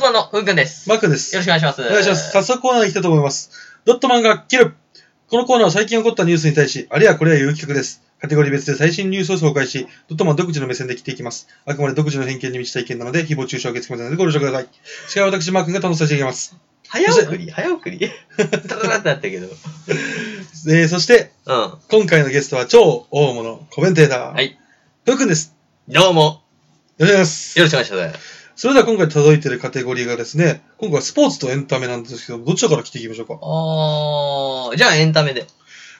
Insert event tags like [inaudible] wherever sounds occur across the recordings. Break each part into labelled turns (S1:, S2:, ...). S1: マンのふんくんです。よ
S2: マックンです。
S1: ろしくお願いします。
S2: お願いします。早速コーナーに行きたいと思います。ドットマンが切るこのコーナーは最近起こったニュースに対し、あるいはこれは言う企画です。カテゴリー別で最新ニュースを紹介し、ドットマン独自の目線で切っていきます。あくまで独自の偏見に満ちた意見なので、誹謗中傷は受け付けませんのでご了承ください。司会は私、マー君が担当させていただきます。
S1: 早送り早送りた
S2: [laughs]
S1: たらってなったけど。うん。
S2: えー、そして、
S1: ど
S2: 今回のゲストは超大物コメンテーター。
S1: はい。
S2: ふうくんです。
S1: うも、
S2: よろしくお願いします。
S1: よろしくお願いします。
S2: それでは今回届いているカテゴリーがですね、今回はスポーツとエンタメなんですけど、どちらから切っていきましょうか。
S1: おー、じゃあエンタメで。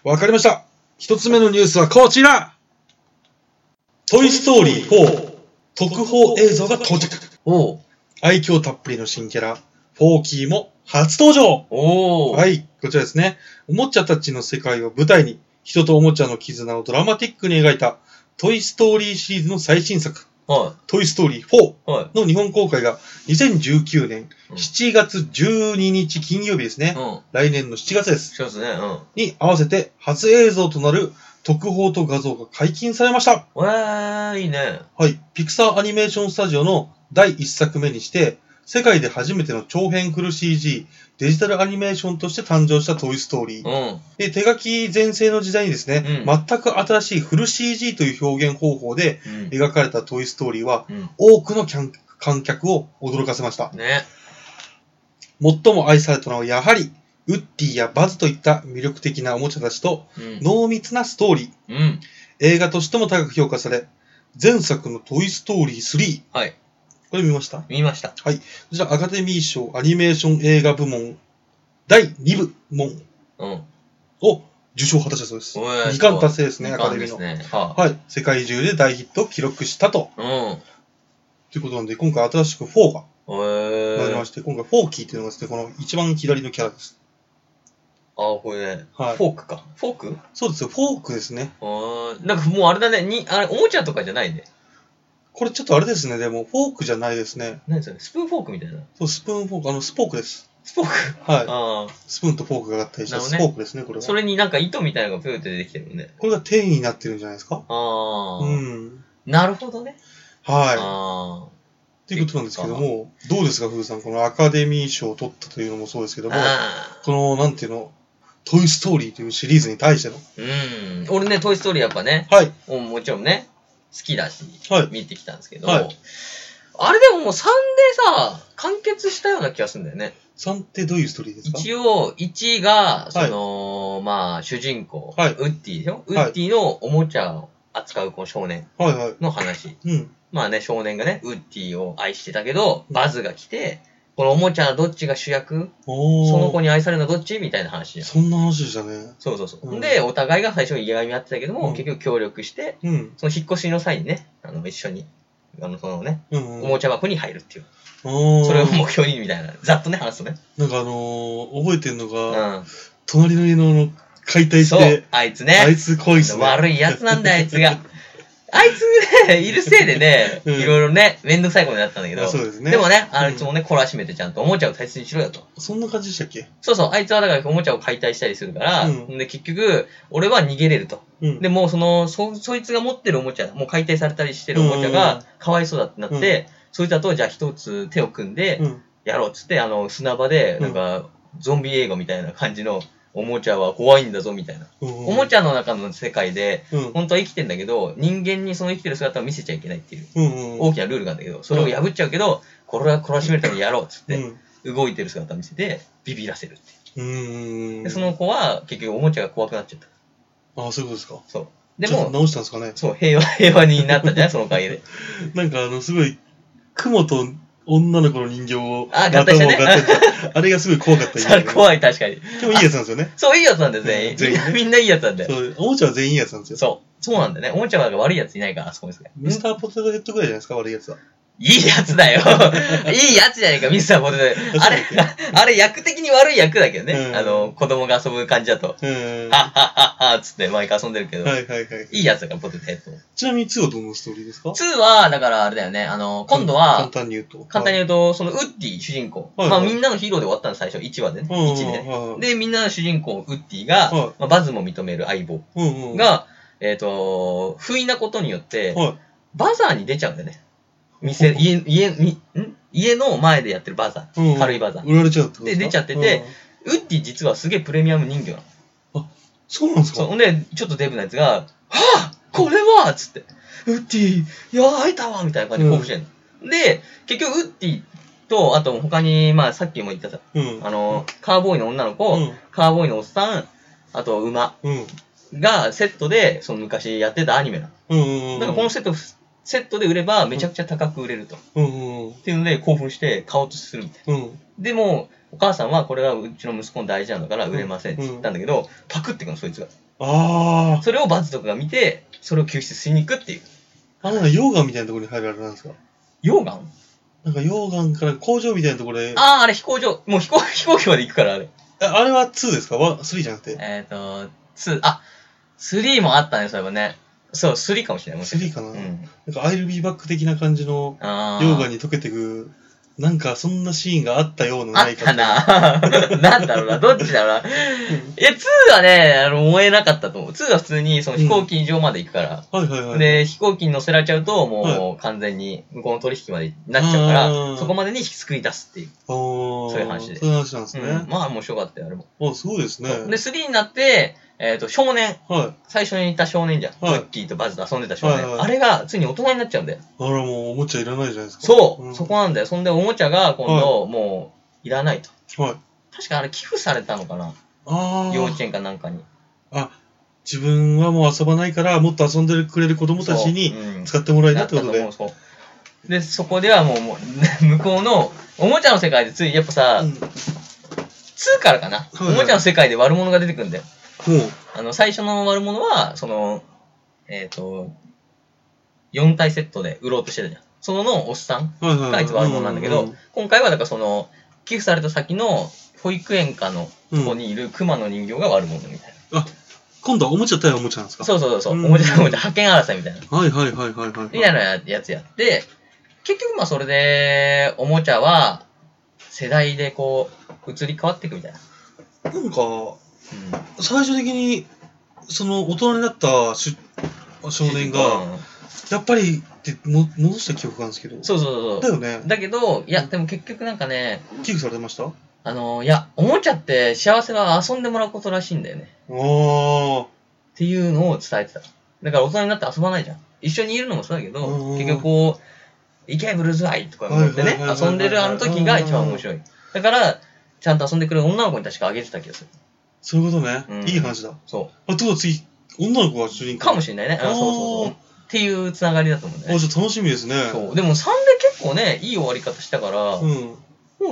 S2: わかりました。一つ目のニュースはこちらトイストーリー4特報映像が到着
S1: おー。
S2: 愛嬌たっぷりの新キャラ、フォーキーも初登場
S1: おー。。
S2: はいい、こちらですね。おもちゃたちの世界を舞台に、人とおもちゃの絆をドラマティックに描いた、トイストーリーシリーズの最新作、
S1: は
S2: トイストーリー4
S1: い。は
S2: の日本公開が2019年
S1: うん
S2: 7月12日金曜日ですね
S1: い。。うん。
S2: 来年の7月です。
S1: しますね。うん。
S2: に合わせて初映像となる特報と画像が解禁されました。
S1: わー、いいね。
S2: はい。ピクサーアニメーションスタジオの第1作目にして、世界で初めての長編フル CG、デジタルアニメーションとして誕生したトイストーリ
S1: う
S2: ー。
S1: ん。
S2: で、手書き全盛の時代にですね、
S1: うん
S2: 全く新しいフル CG という表現方法で
S1: うん。
S2: 描かれたトイストーリーは、
S1: うん。
S2: 多くのキャン観客を驚かせました。
S1: ね。
S2: 最も愛されたのはやはり、ウッディやバズといった魅力的なおもちゃたちと、
S1: うん。
S2: 濃密なストーリー。
S1: うん。
S2: 映画としても高く評価され、前作のトイストーリー3。
S1: はい。
S2: これ見ましたこ
S1: 見ました。
S2: ちらアカデミー賞アニメーション映画部門第2部門
S1: うん。
S2: を受賞を果たしたそうです。
S1: おー
S2: 2冠達成ですね、ア
S1: 二
S2: カ
S1: 冠
S2: デミ
S1: です
S2: ーの。
S1: ね。は
S2: はい。世界中で大ヒットを記録したと。
S1: い。うん。
S2: ということなんで、今回新しく4が
S1: おー。
S2: なりまして、今回フォーキーっていうのがですね、この一番左のキャラです。
S1: あー、これね。
S2: はい
S1: フォークか。フォーク
S2: そうですよ、フォークですね。
S1: あーなんかもうあれだね、にあれおもちゃとかじゃないね。
S2: これちょっとあれですね、でも、フォークじゃないですね。
S1: 何それスプーンフォークみたいな。
S2: そう、スプーンフォーク、あの、スポークです。
S1: スポーク
S2: は
S1: あ
S2: い。スプーンとフォークが合体した
S1: なるほ
S2: ス
S1: どね
S2: ポークですね、これ
S1: あ。
S2: は
S1: そ。れになんか糸みたいなのがプーって出てきてるもんね。
S2: これが転移になってるんじゃないですか
S1: ああ、
S2: うん。
S1: なるほどね。
S2: は
S1: あ
S2: い。ということなんですけども、どうですか、ふうさん。このアカデミー賞を取ったというのもそうですけ
S1: ー
S2: ども、
S1: あ
S2: この、なんていうの、トイ・ストーリーというシリーズに対しての。
S1: ー。うん。俺ね、トイ・ストーリーやっぱね、
S2: はい。
S1: もうもちろんね、好きだし、
S2: はい
S1: 見てきたんですけど、
S2: はい
S1: あれでももう3でさ、完結したような気がするんだよね。
S2: 3ってどういうストーリーですか
S1: 一応、1が、その、まあ、主人公、
S2: はい
S1: ウッディでしょ、
S2: はい
S1: ウッディのおもちゃを扱うこの少年
S2: はいはい。
S1: の話。
S2: うん。
S1: まあね、少年がね、ウッディを愛してたけど、バズが来て、このおもちゃはどっちが主役
S2: おー。
S1: その子に愛されるのはどっちみたいな話じゃん。
S2: そんな話じゃね。
S1: そうそうそう。
S2: うん
S1: で、お互いが最初嫌がみ合ってたけども、
S2: うん
S1: 結局協力して、
S2: うん。
S1: その引っ越しの際にね、あの、一緒に、あの、そのね、
S2: うんうん、
S1: おもちゃ箱に入るっていう。
S2: おー
S1: それを目標にみたいな。ざっとね、話すとね。
S2: なんかあのー、覚えてるの
S1: う
S2: が、
S1: ん。
S2: 隣の家のあの解体し
S1: そう
S2: て、、
S1: あいつ
S2: あい
S1: ね。
S2: つ怖いっすね。
S1: 悪いやつなんだよ、あいつが。 [laughs] あいつね、いるせいでね、
S2: うん
S1: いろいろね、めんどくさいことになったんだけど。
S2: あそうですね
S1: でもね、あいつもね、懲らしめてちゃんとおもちゃを大切にしろよと。
S2: そんな感じでしたっけ
S1: そうそう、あいつはだからおもちゃを解体したりするから、
S2: うん
S1: で結局、俺は逃げれると。
S2: うん。
S1: でもうそのそ、そいつが持ってるおもちゃ、もう解体されたりしてるおもちゃ
S2: うん
S1: が、かわいそうだってなって、
S2: う
S1: そいつだと、じゃあ一つ手を組んで
S2: う、ん。
S1: やろうっつって、あの、砂場で、
S2: うん
S1: なんか、ゾンビ映画みたいな感じの、おもちゃは怖いんだぞみたいな。
S2: お
S1: おも
S2: ゃ、
S1: ちゃの中の世界で、
S2: うん。
S1: 本当は生きてんだけど、人間にその生きてる姿を見せちゃいけないっていう、
S2: うんうん。
S1: 大きなルールがあるんだけど、それを破っちゃうけど、これは懲らしめるためにやろうっつっ
S2: う
S1: て、
S2: ん。
S1: 動いてる姿を見せて、ビビらせるっていう。
S2: うーん。
S1: でその子は結局おもちゃが怖くなっちゃった。
S2: ああ、そういうことですか。
S1: そう。で
S2: ちょっと
S1: も、
S2: 直したんですかね。
S1: そう、平和、 [laughs] 平和になったんじゃないそのおか
S2: [laughs]
S1: げで。
S2: なんかあの、すごい、雲と女の子の人形を
S1: あ合体してね
S2: 頭を合体したあれがすごい怖かったイメ
S1: [laughs] そ
S2: ー
S1: れ
S2: ジ
S1: 怖い、確かに。
S2: でもいいやつなんですよね。
S1: そう、いいやつなんですね。
S2: 全員ね
S1: みんないいやつなんで。
S2: そう、おもちゃは全員いいやつなんですよ。
S1: そう。そうなんだね。おもちゃが悪いやついないから、あそこですね。
S2: ミスターポテトヘッドぐらいじゃないですか、悪いやつは。
S1: いいやつだ
S2: [laughs]
S1: よ。いいやつじゃねえか、ミスターポテト。あれ、あれ役的に悪い役だけどね。
S2: うん
S1: あの、子供が遊ぶ感じだと、
S2: うーん。
S1: はっはっ
S2: は
S1: はっは、つって毎回遊んでるけ
S2: い
S1: ど、、
S2: はいいはい。
S1: いやつだから、ポテトヘッドも。
S2: ちなみに2はどのストーリーですか
S1: 2は、だからあれだよね、あの、今度は
S2: 簡、単に言うと。
S1: 簡単に言うと、そのウッディ主人公。
S2: はい
S1: まあ
S2: はい
S1: みんなのヒーローで終わったの最初、1話でね。
S2: うんうんうん
S1: 1でね。
S2: はい
S1: で、みんなの主人公、ウッディが、
S2: はい
S1: まあ、バズも認める相棒
S2: うんうん。、
S1: が、えっ、と、不意なことによって、
S2: は
S1: バザーに出ちゃうんだよね。店、家、家、みん家の前でやってるバザ
S2: うん
S1: ー。軽いバザー。
S2: 売られちゃうってことすか
S1: で出ちゃってて、ウッディ実はすげえプレミアム人形なの。
S2: そうなんです
S1: そう、
S2: か
S1: ほんで、ちょっとデブなやつが、はあこれはっつって、ウッディ、いやー会えたわみたいな感じで興奮してんの。で、結局、ウッディと、あと他に、まあさっきも言ったさ、
S2: うん。
S1: あの、カーボーイの女の子、
S2: うん
S1: カーボーイのおっさん、あと馬
S2: うん。
S1: がセットで、その昔やってたアニメなの。
S2: うん。
S1: なんかこのセット、セットで売ればめちゃくちゃ高く売れると。っ
S2: うんうん
S1: ていうので興奮して買おうとするみたい
S2: うん。うん。
S1: でも、お母さんはこれはうちの息子の大事なんだから売れませんって言ったんだけど、パクってくの、そいつが。
S2: あ
S1: それをバズとかが見て、それを救出しに行くっていう。
S2: あ。あなんか溶岩みたいなところに入るあれなんですか
S1: 溶岩
S2: なんか溶岩から工場みたいなところで、あ
S1: ああ、あれ飛行場。もう飛行、 [laughs] 飛行機まで行くから、あれ。
S2: あれは2ですかわ ?3 じゃなくて。
S1: えっ、と、2、あ、3もあったね、そういえばね。そう、3かもしれない。もしかし
S2: 3かな、
S1: たらうん。
S2: なんかアイルビーバック的な感じの
S1: ああ。
S2: 溶岩に溶けてく、なんかそんなシーンがあったような
S1: あ
S2: な
S1: っ
S2: いか
S1: たな。 [laughs] なんだろうな、どっちだろうな。いや、2はね、あの、燃えなかったと思う。2は普通に、その飛行機上まで行くから。
S2: はいはいはい。
S1: で、飛行機に乗せられちゃうと、
S2: は
S1: もう完全に向こうの取引までなっちゃうから、
S2: うん
S1: そこまでに救い出すっていう。
S2: おー
S1: そういう話で
S2: そういう話なんです
S1: うん
S2: ね。
S1: まあ、面白かったよ、あれも。
S2: あ、すごいですね。
S1: で、3になって、えっ、と、少年。
S2: はい。
S1: 最初にいた少年じゃん。ト
S2: はい
S1: ッキーとバズで遊んでた少年。
S2: はいはい
S1: あれが、ついに大人になっちゃうんだよ。
S2: あら、もうおもちゃいらないじゃないですか。
S1: そう、
S2: ん
S1: そこなんだよ。そんで、おもちゃが今度、もう、いらないと。
S2: はい。
S1: 確かあれ、寄付されたのかな
S2: ああ。
S1: 幼稚園かなんかに。
S2: 自分はもう遊ばないから、もっと遊んでくれる子供たちに
S1: そううん
S2: 使ってもらいたい
S1: な
S2: っ
S1: ってた
S2: ことと
S1: 思
S2: で
S1: う。そうで、そこではもう、もう向こうの、おもちゃの世界でつい、やっぱさ、
S2: うん
S1: 2からかな、
S2: はいはい
S1: おもちゃの世界で悪者が出てくるんだよ。
S2: もう、
S1: あの、最初の悪者は、その、えっ、と、4体セットで売ろうとしてたじゃん。そののおっさん
S2: はいはい
S1: がいつも悪者なんだけど、
S2: うん
S1: 今回はだからその、寄付された先の保育園かの
S2: うん
S1: 子にいる熊の人形が悪者みたいな。
S2: あ、今度はおもちゃ対おもちゃなんですか
S1: そうそうそう、う
S2: うん
S1: おもちゃおもちゃ派遣争いみたいな。
S2: はいはいはいはいはい。
S1: みたいなややつやって、結局まあそれで、おもちゃは、世代でこう、移り変わっていくみたいな。
S2: なんか、
S1: うん
S2: 最終的に、その大人になったし少年
S1: う
S2: が、
S1: ん
S2: やっぱりっても戻した記憶があるんですけど。
S1: そうそうそう
S2: だ
S1: そう。
S2: よね。
S1: だけど、いや、でも結局なんかね、
S2: 寄付されてましたあ
S1: あの、いや、おもちゃって幸せは遊んでもらうことらしいんだよね。
S2: あ。
S1: っていうのを伝えてた。だから大人になって遊ばないじゃん。一緒にいるのもそうだけど
S2: うん、
S1: 結局こう、行けブルズアイとか思って
S2: はい
S1: ね
S2: はいはい、はい
S1: 遊んでるあの時が一番面白い。だから、ちゃんと遊んでくれる女の子に確かあげてた気がする。
S2: そういうことね。
S1: うん
S2: いい話だ。
S1: そ
S2: あ、ってことは次、女の子が主人
S1: う。
S2: 公。
S1: かもしれないね。うん
S2: あー
S1: そうそうそう。っていうつながりだと思うんだ
S2: あ、
S1: よね。
S2: じゃあ楽しみですね。
S1: そう。でも3で結構ね、いい終わり方したから、
S2: う
S1: も
S2: ん。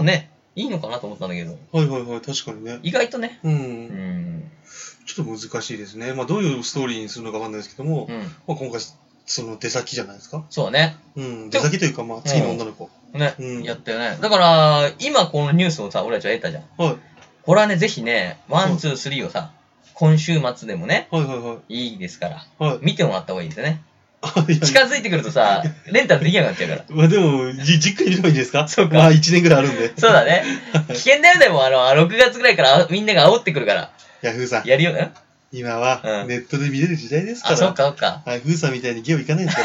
S1: うね、いいのかなと思ったんだけど、
S2: はいはいはい、確かにね。
S1: 意外とね、
S2: う。
S1: うんん。
S2: ちょっと難しいですね。まあ、どういうストーリーにするのかわかんないですけども、
S1: うん。
S2: まあ、今回、その出先じゃないですか。
S1: そうだね。
S2: うん。出先というか、まあ、次の女の子。
S1: ね、
S2: うん
S1: やったよね。だから、今このニュースをさ、俺たちは得たじゃん。
S2: はい。
S1: これはね、ぜひね、ワン、ツー、スリーをさ、今週末でもね、
S2: はいはいはい。
S1: いいですから、
S2: はい。
S1: 見てもらった方がいいですよね。
S2: あいや [laughs]
S1: 近づいてくるとさ、レンタルできなくなっちゃうから。
S2: まあでも、じじっくり見ればいいんじゃないですか
S1: そうか
S2: まあ、1年ぐらいあるんで。
S1: そうだね。危険だよ、でも、あの、6月ぐらいからあみんなが煽ってくるから、
S2: ヤフーさん、
S1: やるよね。
S2: 今
S1: う
S2: は
S1: ん
S2: ネットで見れる時代ですから。
S1: あ、そっか、そっか。
S2: はい、フーさんみたいにゲオいかないですか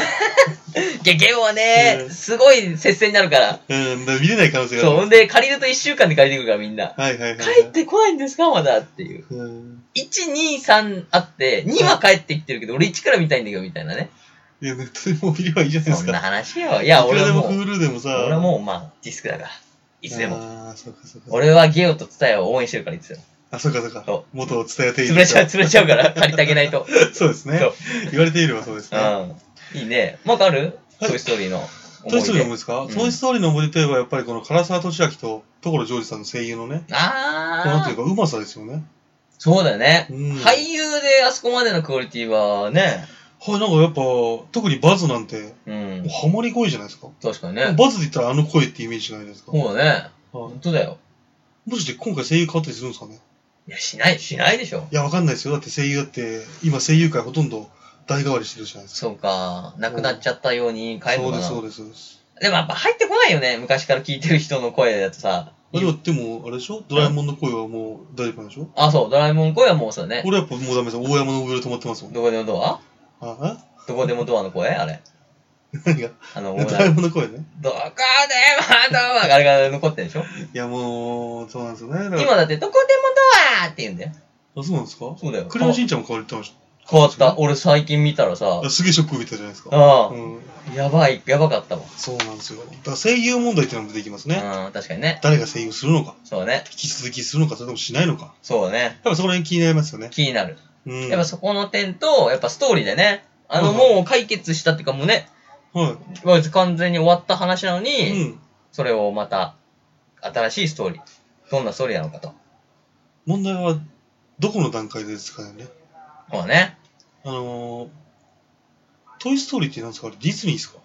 S1: ゲゲオはね、
S2: うん
S1: すごい接戦になるから。
S2: ら。うん、だから見れない可能性があ
S1: そう、
S2: る。
S1: ほんで、借りると1週間で借りてくるから、みんな。
S2: はいはいはいはい。
S1: 帰ってこないんですか、まだっていう。
S2: うん。
S1: 1、2、3あって、2は帰ってきてるけど、俺1から見たいんだけど、みたいなね。
S2: いや、ネットでもう見ればいいじゃないで
S1: そ
S2: す
S1: んな
S2: か。
S1: 話よ。いや、
S2: いく
S1: 俺
S2: らで
S1: は
S2: も
S1: もう。
S2: Hulu でもさ。
S1: 俺はもう、まあ、ディスクだから。いつでも。
S2: ああ、そうかそうか。
S1: 俺はゲオとツタヤを応援してるから、いつでも。
S2: あ、そうかそうか。
S1: そ
S2: 元を伝えてい
S1: 潰れちゃう、潰れちゃうから、借りてあげないと。
S2: そうですね
S1: そう。
S2: 言われていればそうですね。
S1: うん。いいね。もうある
S2: はい
S1: トイストーリーの
S2: ト
S1: 思
S2: イ・
S1: い
S2: ストー
S1: 出
S2: リーの思い。ですか
S1: うん
S2: トイ・ストーリーの思い出といえば、やっぱりこの唐沢俊明と所ジョージさんの声優のね、このなん
S1: あ
S2: ていう
S1: ー。
S2: か、うまさですよね。
S1: そうだよね。
S2: うん
S1: 俳優であそこまでのクオリティはね。
S2: はい、なんかやっぱ、特にバズなんて、
S1: うん
S2: もう。ハマり声じゃないですか。
S1: 確かに
S2: バ
S1: ね。
S2: ズで言ったらあの声ってイメージじゃないですか。
S1: そうだね。
S2: はい
S1: 本当だよ。
S2: もしかして今回声優変わったりするんですかね
S1: いや、しない、しないでしょ。
S2: いや、わかんないですよ。だって声優だって、今声優界ほとんど代替わりしてるじゃないですか。
S1: そうか。亡くなっちゃったように変える
S2: そ
S1: の
S2: う
S1: かな。
S2: です、そうです、そうです。
S1: でもやっぱ入ってこないよね。昔から聞いてる人の声だとさ。
S2: あれはでも、あれでしょドラえもんの声はもう大丈夫なんでしょ
S1: あ、そう。ドラえもんの声はもうそうだね。
S2: 俺やっぱもうダメです。大山の上で止まってますもん。
S1: どこでもドア
S2: あ [laughs]
S1: どこでもドアの声あれ。
S2: 何が
S1: あの、もう
S2: ド
S1: な
S2: ラえもんの声ね。
S1: どこでもドアあれが残ってるでしょ
S2: いや、もう、そうなんですよね。だから
S1: 今だってどこでもドアって言うんだよ。
S2: あ、そうなんですか
S1: そうだよ
S2: クレヨンしんちゃんも変わってまし
S1: 変わった。俺最近見たらさ
S2: た。あ、すげえショック受けたじゃないですか。
S1: あ
S2: うん。
S1: あ、やばい、やばかったわ。
S2: そうなんですよ。だから声優問題っていうのも出てきますね。
S1: うん、確かにね。
S2: 誰が声優するのか、
S1: そうね。
S2: 引き続きするのか、それともしないのか。
S1: そうね。
S2: やっぱそこら辺気になりますよね。
S1: 気になる。
S2: うん。
S1: やっぱそこの点と、やっぱストーリーでね、あの、もう解決したっていうかもうね、
S2: は
S1: 完全に終わった話なの
S2: い。う
S1: に、
S2: ん。
S1: それをまた、新しいストーリー。どんなストーリーなのかと。
S2: 問題は、どこの段階でですかね。
S1: そうね。
S2: あのー、トイストーリーって何ですかあれディズニーですか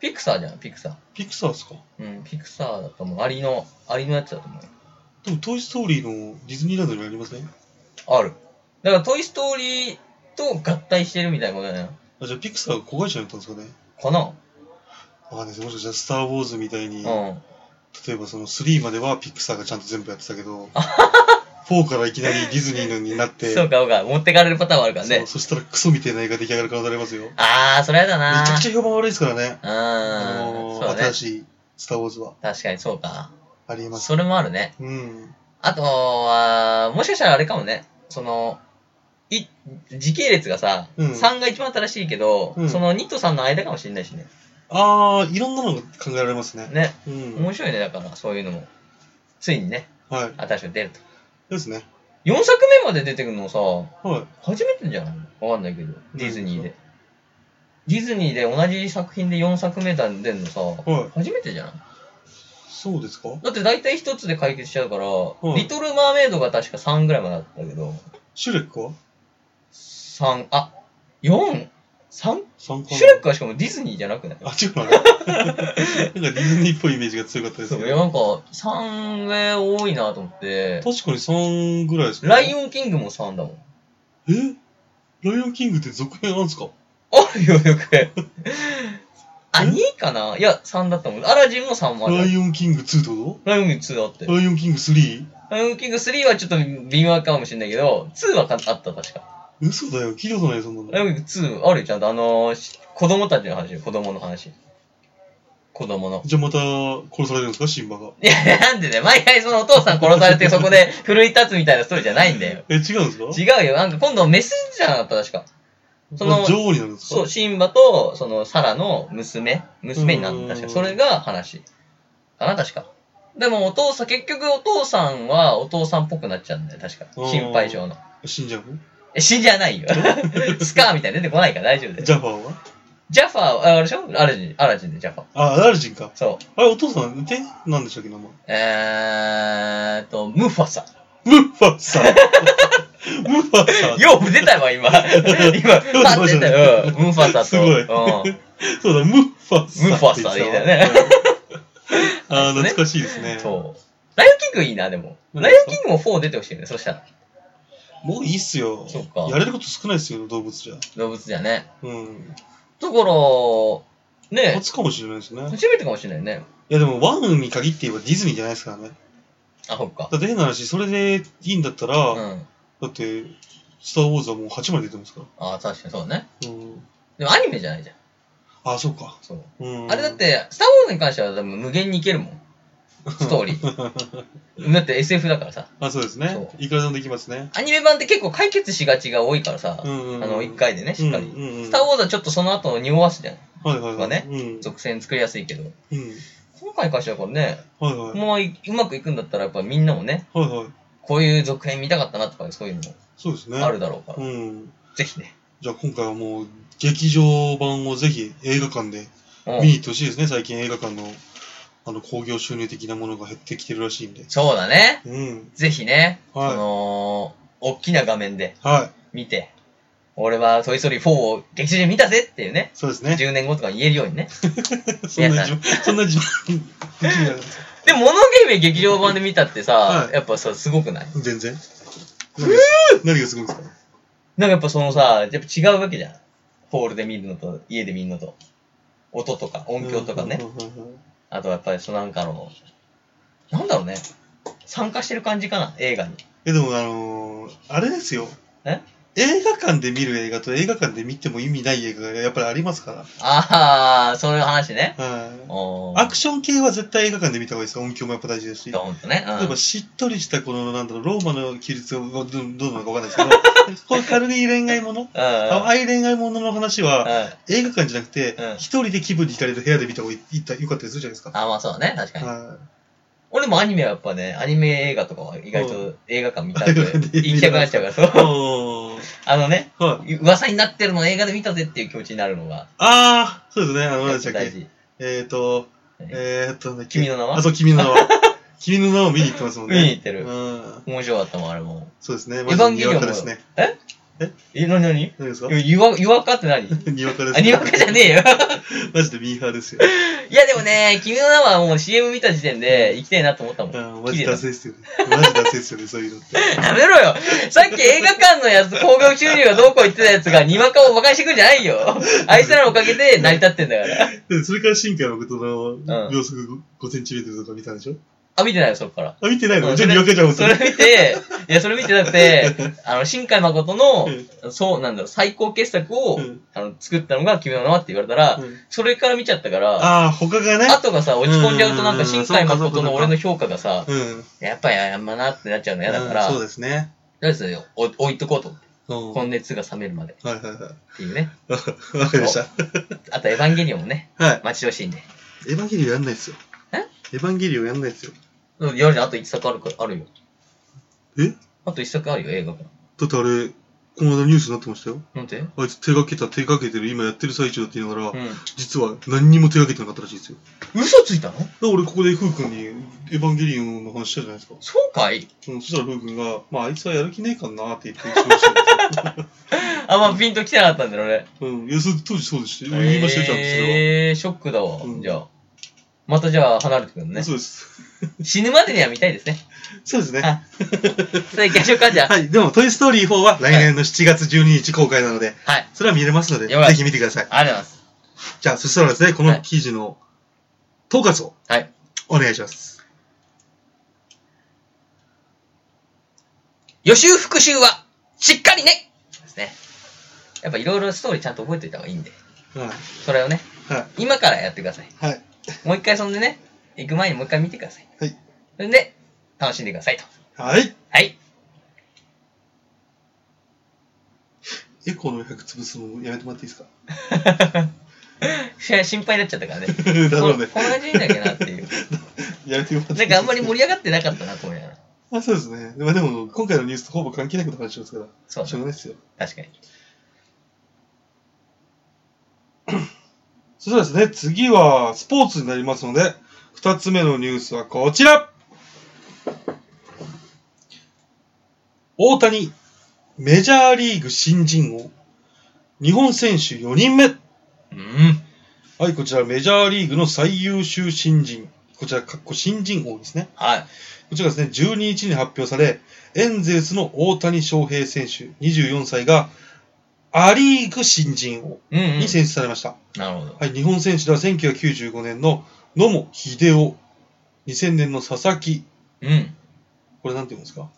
S1: ピクサーじゃん、ピクサー。
S2: ピクサーですか
S1: うん、ピクサーだと思う。アリの、アリのやつだと思
S2: でもトイストーリーのディズニーランドにもありません
S1: う。ある。だから、トイ・ストーリーと合体してるみたいなことだよ。
S2: あ、じゃあピクサーが子会社になったんですかね
S1: かな
S2: わかんないですもしかしたらスター・ウォーズみたいに、
S1: うん。
S2: 例えばその3まではピクサーがちゃんと全部やってたけ
S1: [laughs]
S2: ど、4からいきなりディズニーのになって、
S1: そうか、そうか。持ってかれるパターンもあるから
S2: そ
S1: ね
S2: う。そしたらクソみたいな映画出来上がる可能性ありますよ。めち
S1: あー、それやだな
S2: ゃくちゃ評判悪いですからね。
S1: う
S2: あ
S1: ーん。
S2: の
S1: そう
S2: ー
S1: ね
S2: 新。しいスター・ウォーズは
S1: 確かにそうか。
S2: ありえます。
S1: それもあるね。
S2: うん。
S1: あとは、もしかしたらあれかもね。その、い、時系列がさ、
S2: うん
S1: 3が一番新しいけど、
S2: うん
S1: その2と3の間かもしれないしね。
S2: ああ、いろんなのが考えられますね。
S1: ね。
S2: うん。
S1: 面白いね、だから、そういうのも。ついにね、
S2: はい。
S1: 新しく出ると。
S2: ですね。
S1: 4作目まで出てくるのさ、
S2: は
S1: 初めてじゃないわかんないけど、ディズニー
S2: うん
S1: で。ディズニーで同じ作品で4作目出んのさ、
S2: い。はい。
S1: 初めてじゃない
S2: そうですか
S1: だって大体1つで解決しちゃうから、
S2: い
S1: リトル・マーメイドが確か3ぐらいまでだったけど、
S2: シュレックは
S1: 3、あ、4、3?
S2: 参加
S1: シュレックはしかもディズニーじゃなくない
S2: あ、違う
S1: [laughs]
S2: な。なんかディズニーっぽいイメージが強かったです
S1: そう
S2: け
S1: いや、
S2: ど。
S1: なんか、3が多いなと思って、
S2: 確かに3ぐらいですね。
S1: ライオンキングも3だもん。
S2: えライオンキングって続編あるんですか
S1: あるよ、よく。あ、
S2: え
S1: 2かないや、3だったもん。アラジンも3もあ
S2: ラ
S1: る。
S2: イオンキング2ってこ
S1: ライオンキング2だって
S2: と。ライオンキング 3?
S1: ライオンキング3はちょっと微妙かもしれないけど、2はかあった、確か。
S2: 嘘だよ。聞いたことないよ、そんな
S1: ラ
S2: の。
S1: イオンキング2あるよちゃんと、あのーし子供たちの話よ、子供の話。子供の。
S2: じゃあまた殺されるんですか、シンバが。
S1: いや、なんでね、毎回そのお父さん殺されてそこで奮い立つみたいなストーリーじゃないんだよ。
S2: え、違うんですか
S1: 違うよ、なんか今度メッセンジャーだった、確か。その
S2: あ女王になるんですか
S1: そう、シンバと、その、サラの娘、娘になるんだ、確か。
S2: うーん
S1: それが話。かな、確か。でも、お父さん、結局お父さんはお父さんっぽくなっちゃうんだよ、確か。
S2: うん
S1: 心配性の。
S2: 死んじゃうの
S1: え、死んじゃない
S2: [laughs]
S1: よ。スカーみたいに出てこないから大丈夫だよ。
S2: ジャファーは
S1: ジャファー、ああれでしょアラジン、アラジンでジャファー。
S2: あ、アルジンか。
S1: そう。
S2: あれ、お父さん、てなんでしたっけ、名前。
S1: えーっと、ムファサ。
S2: [laughs] ムッファさん。
S1: [laughs]
S2: ムッファさん。
S1: よう出たわ、
S2: [laughs]
S1: 今。今、パッ出たよ。うんムファサと。
S2: すごい
S1: うん。
S2: そうだ、ムッファさん。
S1: ムッファさんいいだね。
S2: あー、懐かしいですね。
S1: そう。ライオンキングいいな、でも。ライオンキングも4出てほしいね、そしたら。
S2: もういいっすよ。
S1: そっか
S2: やれること少ないっすよ、動物じゃ。
S1: 動物じゃね。
S2: うん。
S1: だから、ね
S2: 初かもしれないですね。
S1: 初めてかもしれないね。
S2: いや、でも、ワンに限って言えばディズニーじゃないですからね。
S1: あ、そっか。
S2: だって変な話、それでいいんだった
S1: う
S2: ら、
S1: ん。
S2: だって、スター・ウォーズはもう8まで出てるんですか
S1: あ、確かにそうね。
S2: ら。うん。
S1: でもアニメじゃないじゃん。
S2: あー、そうか。
S1: そう。
S2: うん。
S1: あれだって、スター・ウォーズに関しては多分無限にいけるもん。ストーリ
S2: [laughs]
S1: ー。だって SF だからさ。
S2: [laughs] あ、そうです
S1: そ
S2: ね。いくらでもできますね。
S1: アニメ版って結構解決しがちが多いからさ、
S2: うんうんうん
S1: あの、1回でね、しっかり。
S2: うんうんうん
S1: スター・ウォーズはちょっとその後の匂わすじゃん。
S2: はいはい
S1: が
S2: はい。
S1: ね
S2: うん。
S1: 続編作りやすいけど。
S2: うん。
S1: 今回に関してはこれね、
S2: はいはい。
S1: もううまくいくんだったらやっぱみんなもね、
S2: はいはい。
S1: こういう続編見たかったなとかそういうのも
S2: そうですね。
S1: あるだろうから、
S2: うん。
S1: ぜひね。
S2: じゃあ今回はもう、劇場版をぜひ映画館で
S1: うん
S2: 見に行ってほしいですね。最近映画館の、あの、興行収入的なものが減ってきてるらしいんで。
S1: そうだね。
S2: うん。
S1: ぜひね、
S2: はい
S1: その、大きな画面で
S2: はい。
S1: 見て、俺はトイ・ストーリー4を劇中で見たぜっていうね、
S2: そうですね。
S1: 10年後とかに言えるようにね。
S2: [laughs] そんな自分、そんな自分、できない
S1: で、モノゲーム劇場版で見たってさ、
S2: はい
S1: やっぱさ、すごくない
S2: 全然。何がすごいんですか
S1: なんかやっぱそのさ、やっぱ違うわけじゃん。ホールで見るのと、家で見るのと。音とか、音響とかね。。
S2: うんうんうんうん
S1: あとやっぱりそのなんかの、なんだろうね。参加してる感じかな、映画に。
S2: え、でもあのー、あれですよ。
S1: え
S2: 映画館で見る映画と映画館で見ても意味ない映画がやっぱりありますか
S1: ああ、そういう話ね。
S2: ら。はい。
S1: おー
S2: アクション系は絶対映画館で見た方がいいですよ。音響もやっぱ大事ですし。
S1: ドーンとね。うん
S2: 例えばしっとりしたこの、なんだろう、ローマの規律をどどうなのかわかんないですけど、こういう軽い恋愛もの、
S1: うんうん
S2: ああいう恋愛ものの話は、
S1: うん
S2: 映画館じゃなくて
S1: うん、
S2: 一人で気分に浸れる部屋で見た方がいいったよかったりするじゃないですか。
S1: あ、まあそうだね、確かに。
S2: は
S1: 俺もアニメはやっぱね、アニメ映画とかは意外と映画館見たく
S2: 映画 [laughs] 館で
S1: 行きたくなっちゃうから、そ
S2: い。
S1: う。
S2: おー
S1: あのね、
S2: はい。
S1: 噂になってるのを映画で見たぜっていう気持ちになるのが
S2: あー、そうですね。あの、何でしたっ
S1: 大
S2: け。
S1: 事。
S2: えっと、
S1: はい
S2: えっとね、
S1: 君の名は
S2: あ、そう、君の
S1: [laughs]
S2: 名は。君の名を見に行ってますもんね。
S1: 見に行ってる
S2: うん。
S1: 面白かったもん、あれも。
S2: そうですね。
S1: エヴァンゲリオン
S2: にわ
S1: も
S2: かですね。。
S1: え
S2: え
S1: え、なになに
S2: 何ですか
S1: ゆわ、ゆわかって何
S2: にわかです
S1: あ、
S2: ね。
S1: にわかじゃねえよ。
S2: [laughs]
S1: [laughs]
S2: マジでミーハーですよ。
S1: いやでもね、君の名はもう CM 見た時点で行きたいなと思ったもん。
S2: うんマ
S1: 綺
S2: ジ
S1: 麗だ
S2: ダセいっすよね。マジダセいっすよね、そういうのって。
S1: やめろよさっき映画館のやつ、興行収入がどうこう言ってたやつが、にわかを馬鹿にしてくんじゃないよあいつらのおかげで成り立ってんだから。
S2: で、それから新海誠
S1: う
S2: の
S1: ん
S2: 秒速5センチメートルとか見たんでしょ
S1: あ、見てないよ、そっから。
S2: あ、見てないの
S1: うん
S2: じゃあにわかじゃん、もう
S1: そ
S2: そ
S1: れ
S2: れ。
S1: 見て、いや、それ見てなくて、
S2: [laughs]
S1: あの、新海誠の、そう、なんだろう、最高傑作を
S2: うん、
S1: あの、作ったのが君の名はって言われたら
S2: うん、
S1: それから見ちゃったから、
S2: ああ、他がね。
S1: 後がさ、落ち込んじゃうとなんか
S2: うんうんう
S1: 新
S2: ん
S1: 海誠
S2: そうかそ
S1: の
S2: うか
S1: 俺の評価がさ、
S2: うん。
S1: やっぱりあんまなってなっちゃうの嫌だから、
S2: うんそ
S1: と
S2: う
S1: り
S2: ですね。
S1: あえずお置いとこうと思って。
S2: うん。は
S1: こ
S2: い
S1: の熱が冷めるまで。
S2: はいはい。
S1: っていうね。
S2: わかりました。
S1: あと、エヴァンゲリオンもね、
S2: はい。
S1: 待ち遠しいんで。
S2: エヴァンゲリオンやんないっすよ。
S1: え
S2: エヴァンゲリオンやんないっすよ。
S1: うんやるじゃん、あと一作あるから、あるよ。
S2: え
S1: あと一作あるよ、映画が。
S2: だってあれ、この間ニュースになってましたよ。
S1: なんてうん。
S2: あいつ手がけた、手がけてる、今やってる最中だって言いながら、実は何にも手がけてなかったらしいですよ。だ
S1: 嘘ついたの
S2: から俺ここでフー君にエヴァンゲリオンの話したじゃないですか。
S1: そうかい
S2: うん、そしたらフー君が、まああいつはやる気ねえかんなって言って言ってました
S1: [laughs]
S2: んですよ。
S1: あんまピンときてなかったんだよ、俺。
S2: うん、いや、そ当時そうでしたよ。俺言いましたよ、ちゃんとそれは。
S1: えー、ショックだわ。
S2: うん
S1: じゃあ。またじゃあ、離れてくるのね。
S2: そうです。
S1: 死ぬまでには見たいですね。
S2: そうですね。
S1: あさあ行きましょうか、じ [laughs] ゃあ。
S2: はい、でも、トイ・ストーリー4は来年の7月12日公開なので、
S1: はい。
S2: それは見れますので、
S1: やばい
S2: ぜひ見てください。
S1: ありがとうございます。
S2: じゃあ、そしたらですね、こ
S1: は
S2: の
S1: い
S2: 記事の統括を
S1: はい。
S2: お願いします。
S1: 予習復習は、しっかりねですね。やっぱいろいろストーリーちゃんと覚えておいた方がいいんで。
S2: はい。
S1: それをね、
S2: はい。
S1: 今からやってください。
S2: はい。
S1: もう一回そんでね、行く前にもう一回見てください。
S2: はい。
S1: それで、楽しんでくださいと。
S2: はい。
S1: はい。
S2: エコーの100潰すのやめてもらっていいですか [laughs]
S1: [laughs] し心配になっちゃったからね。
S2: だろうね
S1: こ。同じんだけなって
S2: [laughs]
S1: いう。
S2: やめてもらっていいです
S1: なんかあんまり盛り上がってなかったな、これ。
S2: あ、そうですね。まあでも、今回のニュースとほぼ関係ないこと話しますか
S1: そう
S2: ら、
S1: だ
S2: しょうがないですよ。
S1: 確かに。
S2: そしたらですね、次はスポーツになりますので、二つ目のニュースはこちら大谷、メジャーリーグ新人王、日本選手4人目。
S1: うん。
S2: はい、こちらメジャーリーグの最優秀新人。こちら、かっこ新人王ですね。
S1: はい。
S2: こちらがですね、12日に発表され、エンゼルスの大谷翔平選手24歳が、ア・リーグ新人王
S1: うん、うん。
S2: に選出されました。
S1: なるほど。
S2: はい、日本選手では1995年の野茂英雄、2000年の佐々木、
S1: うん。
S2: これなんて言うんですか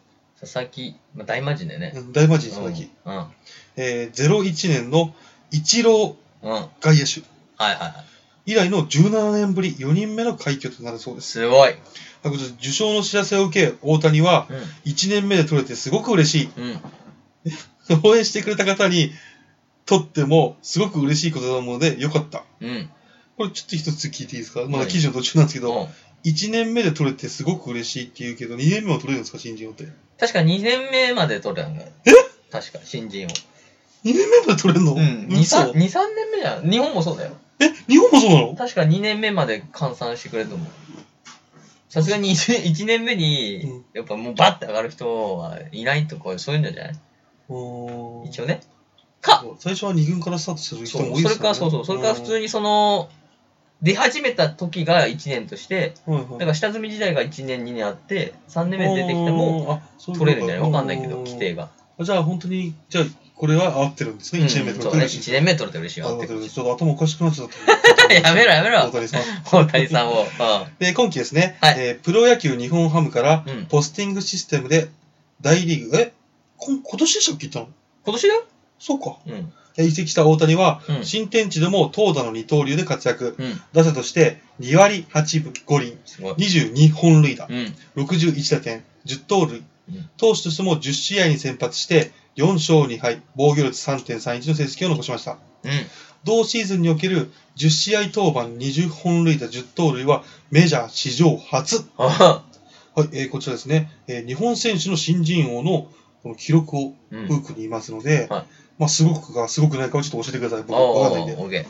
S1: 佐々木、まあ、大魔人だよね。
S2: うん大魔神佐々木、
S1: うん。うん。
S2: えー、01年の一郎
S1: うん。はい
S2: 外野手
S1: はいは
S2: 以来の17年ぶり4人目の快挙となるそうで
S1: い。
S2: す。
S1: すごい。
S2: はいこちら受賞の知らせを受け、大谷は
S1: う
S2: 1年目で取れてすごく嬉しい。
S1: ん。うん。
S2: 応援してくれた方にとってもすごく嬉しいことだと思うのでよかった。
S1: うん。
S2: これちょっと一つ聞いていいですかま
S1: は
S2: だ
S1: い
S2: 記事の途中なんですけど、
S1: うん
S2: 1年目で取れてすごく嬉しいって言うけど、2年目も取れるんですか、新人王って。2
S1: 確か2年目まで取れたんだよ。確か、新人を。
S2: 年目まで取れる
S1: う
S2: の、
S1: ん。2、
S2: 嘘
S1: 3年目じゃん。日本もそうだよ。
S2: え、日本もそうなの
S1: 確か2年目まで換算してくれると思う。さすがに1年目
S2: う
S1: に
S2: ん、
S1: やっぱもうバッて上がる人はいないとか、そういうんじゃない一応ね。か、
S2: そう最初は2軍からスタートする人
S1: そ
S2: も多
S1: う
S2: いで
S1: そ
S2: す
S1: れか、そうそう、それか普通
S2: に。
S1: にその、出始めた時が1年として、
S2: はいはい
S1: だから下積み時代が1年、2年あって、3年目で出てきても、
S2: あーあそういうこ
S1: 取
S2: と
S1: れるんじゃないわかんないけど、規定
S2: が。
S1: が。
S2: あじゃあ本当に、じゃあこれは合ってるんですね、1年目
S1: うんそう
S2: 取れて
S1: ね。
S2: 嬉しい。
S1: 1年目取れて嬉しいよ
S2: あ
S1: って
S2: ち
S1: 感じ。
S2: ょっと頭おかしくなっちゃっ
S1: [laughs]
S2: た
S1: やめろやめろ
S2: 大谷さん。
S1: 大谷さんを。うん
S2: で、今季ですね、
S1: はい
S2: えープロ野球日本ハムから
S1: うん
S2: ポスティングシステムで大リーグ、えこ今年でしたっけ言ったの
S1: 今今年だよ
S2: そうか。
S1: うん。
S2: 移籍した大谷は、
S1: うん
S2: 新天地でも投打の二刀流で活躍。
S1: うん。
S2: 打者として2割8分5厘、
S1: すごい。
S2: 22本塁打
S1: う、ん。
S2: 61打点、10盗塁
S1: うん。
S2: 投手としても10試合に先発して、4勝2敗、防御率3.31の成績を残しました。
S1: う
S2: 同シーズンにおける10試合登板20本塁打10盗塁はメジャー史上初。
S1: ん。あ
S2: はい、えーこちらですね、えー日本選手の新人王のこの記録を
S1: う
S2: フ
S1: ん。
S2: ークにいますので、
S1: はい
S2: まあ、すごくかすごくないかをちょっと教えてください。僕
S1: あ
S2: わかん
S1: あ
S2: ないん
S1: ー、
S2: で。
S1: オッケ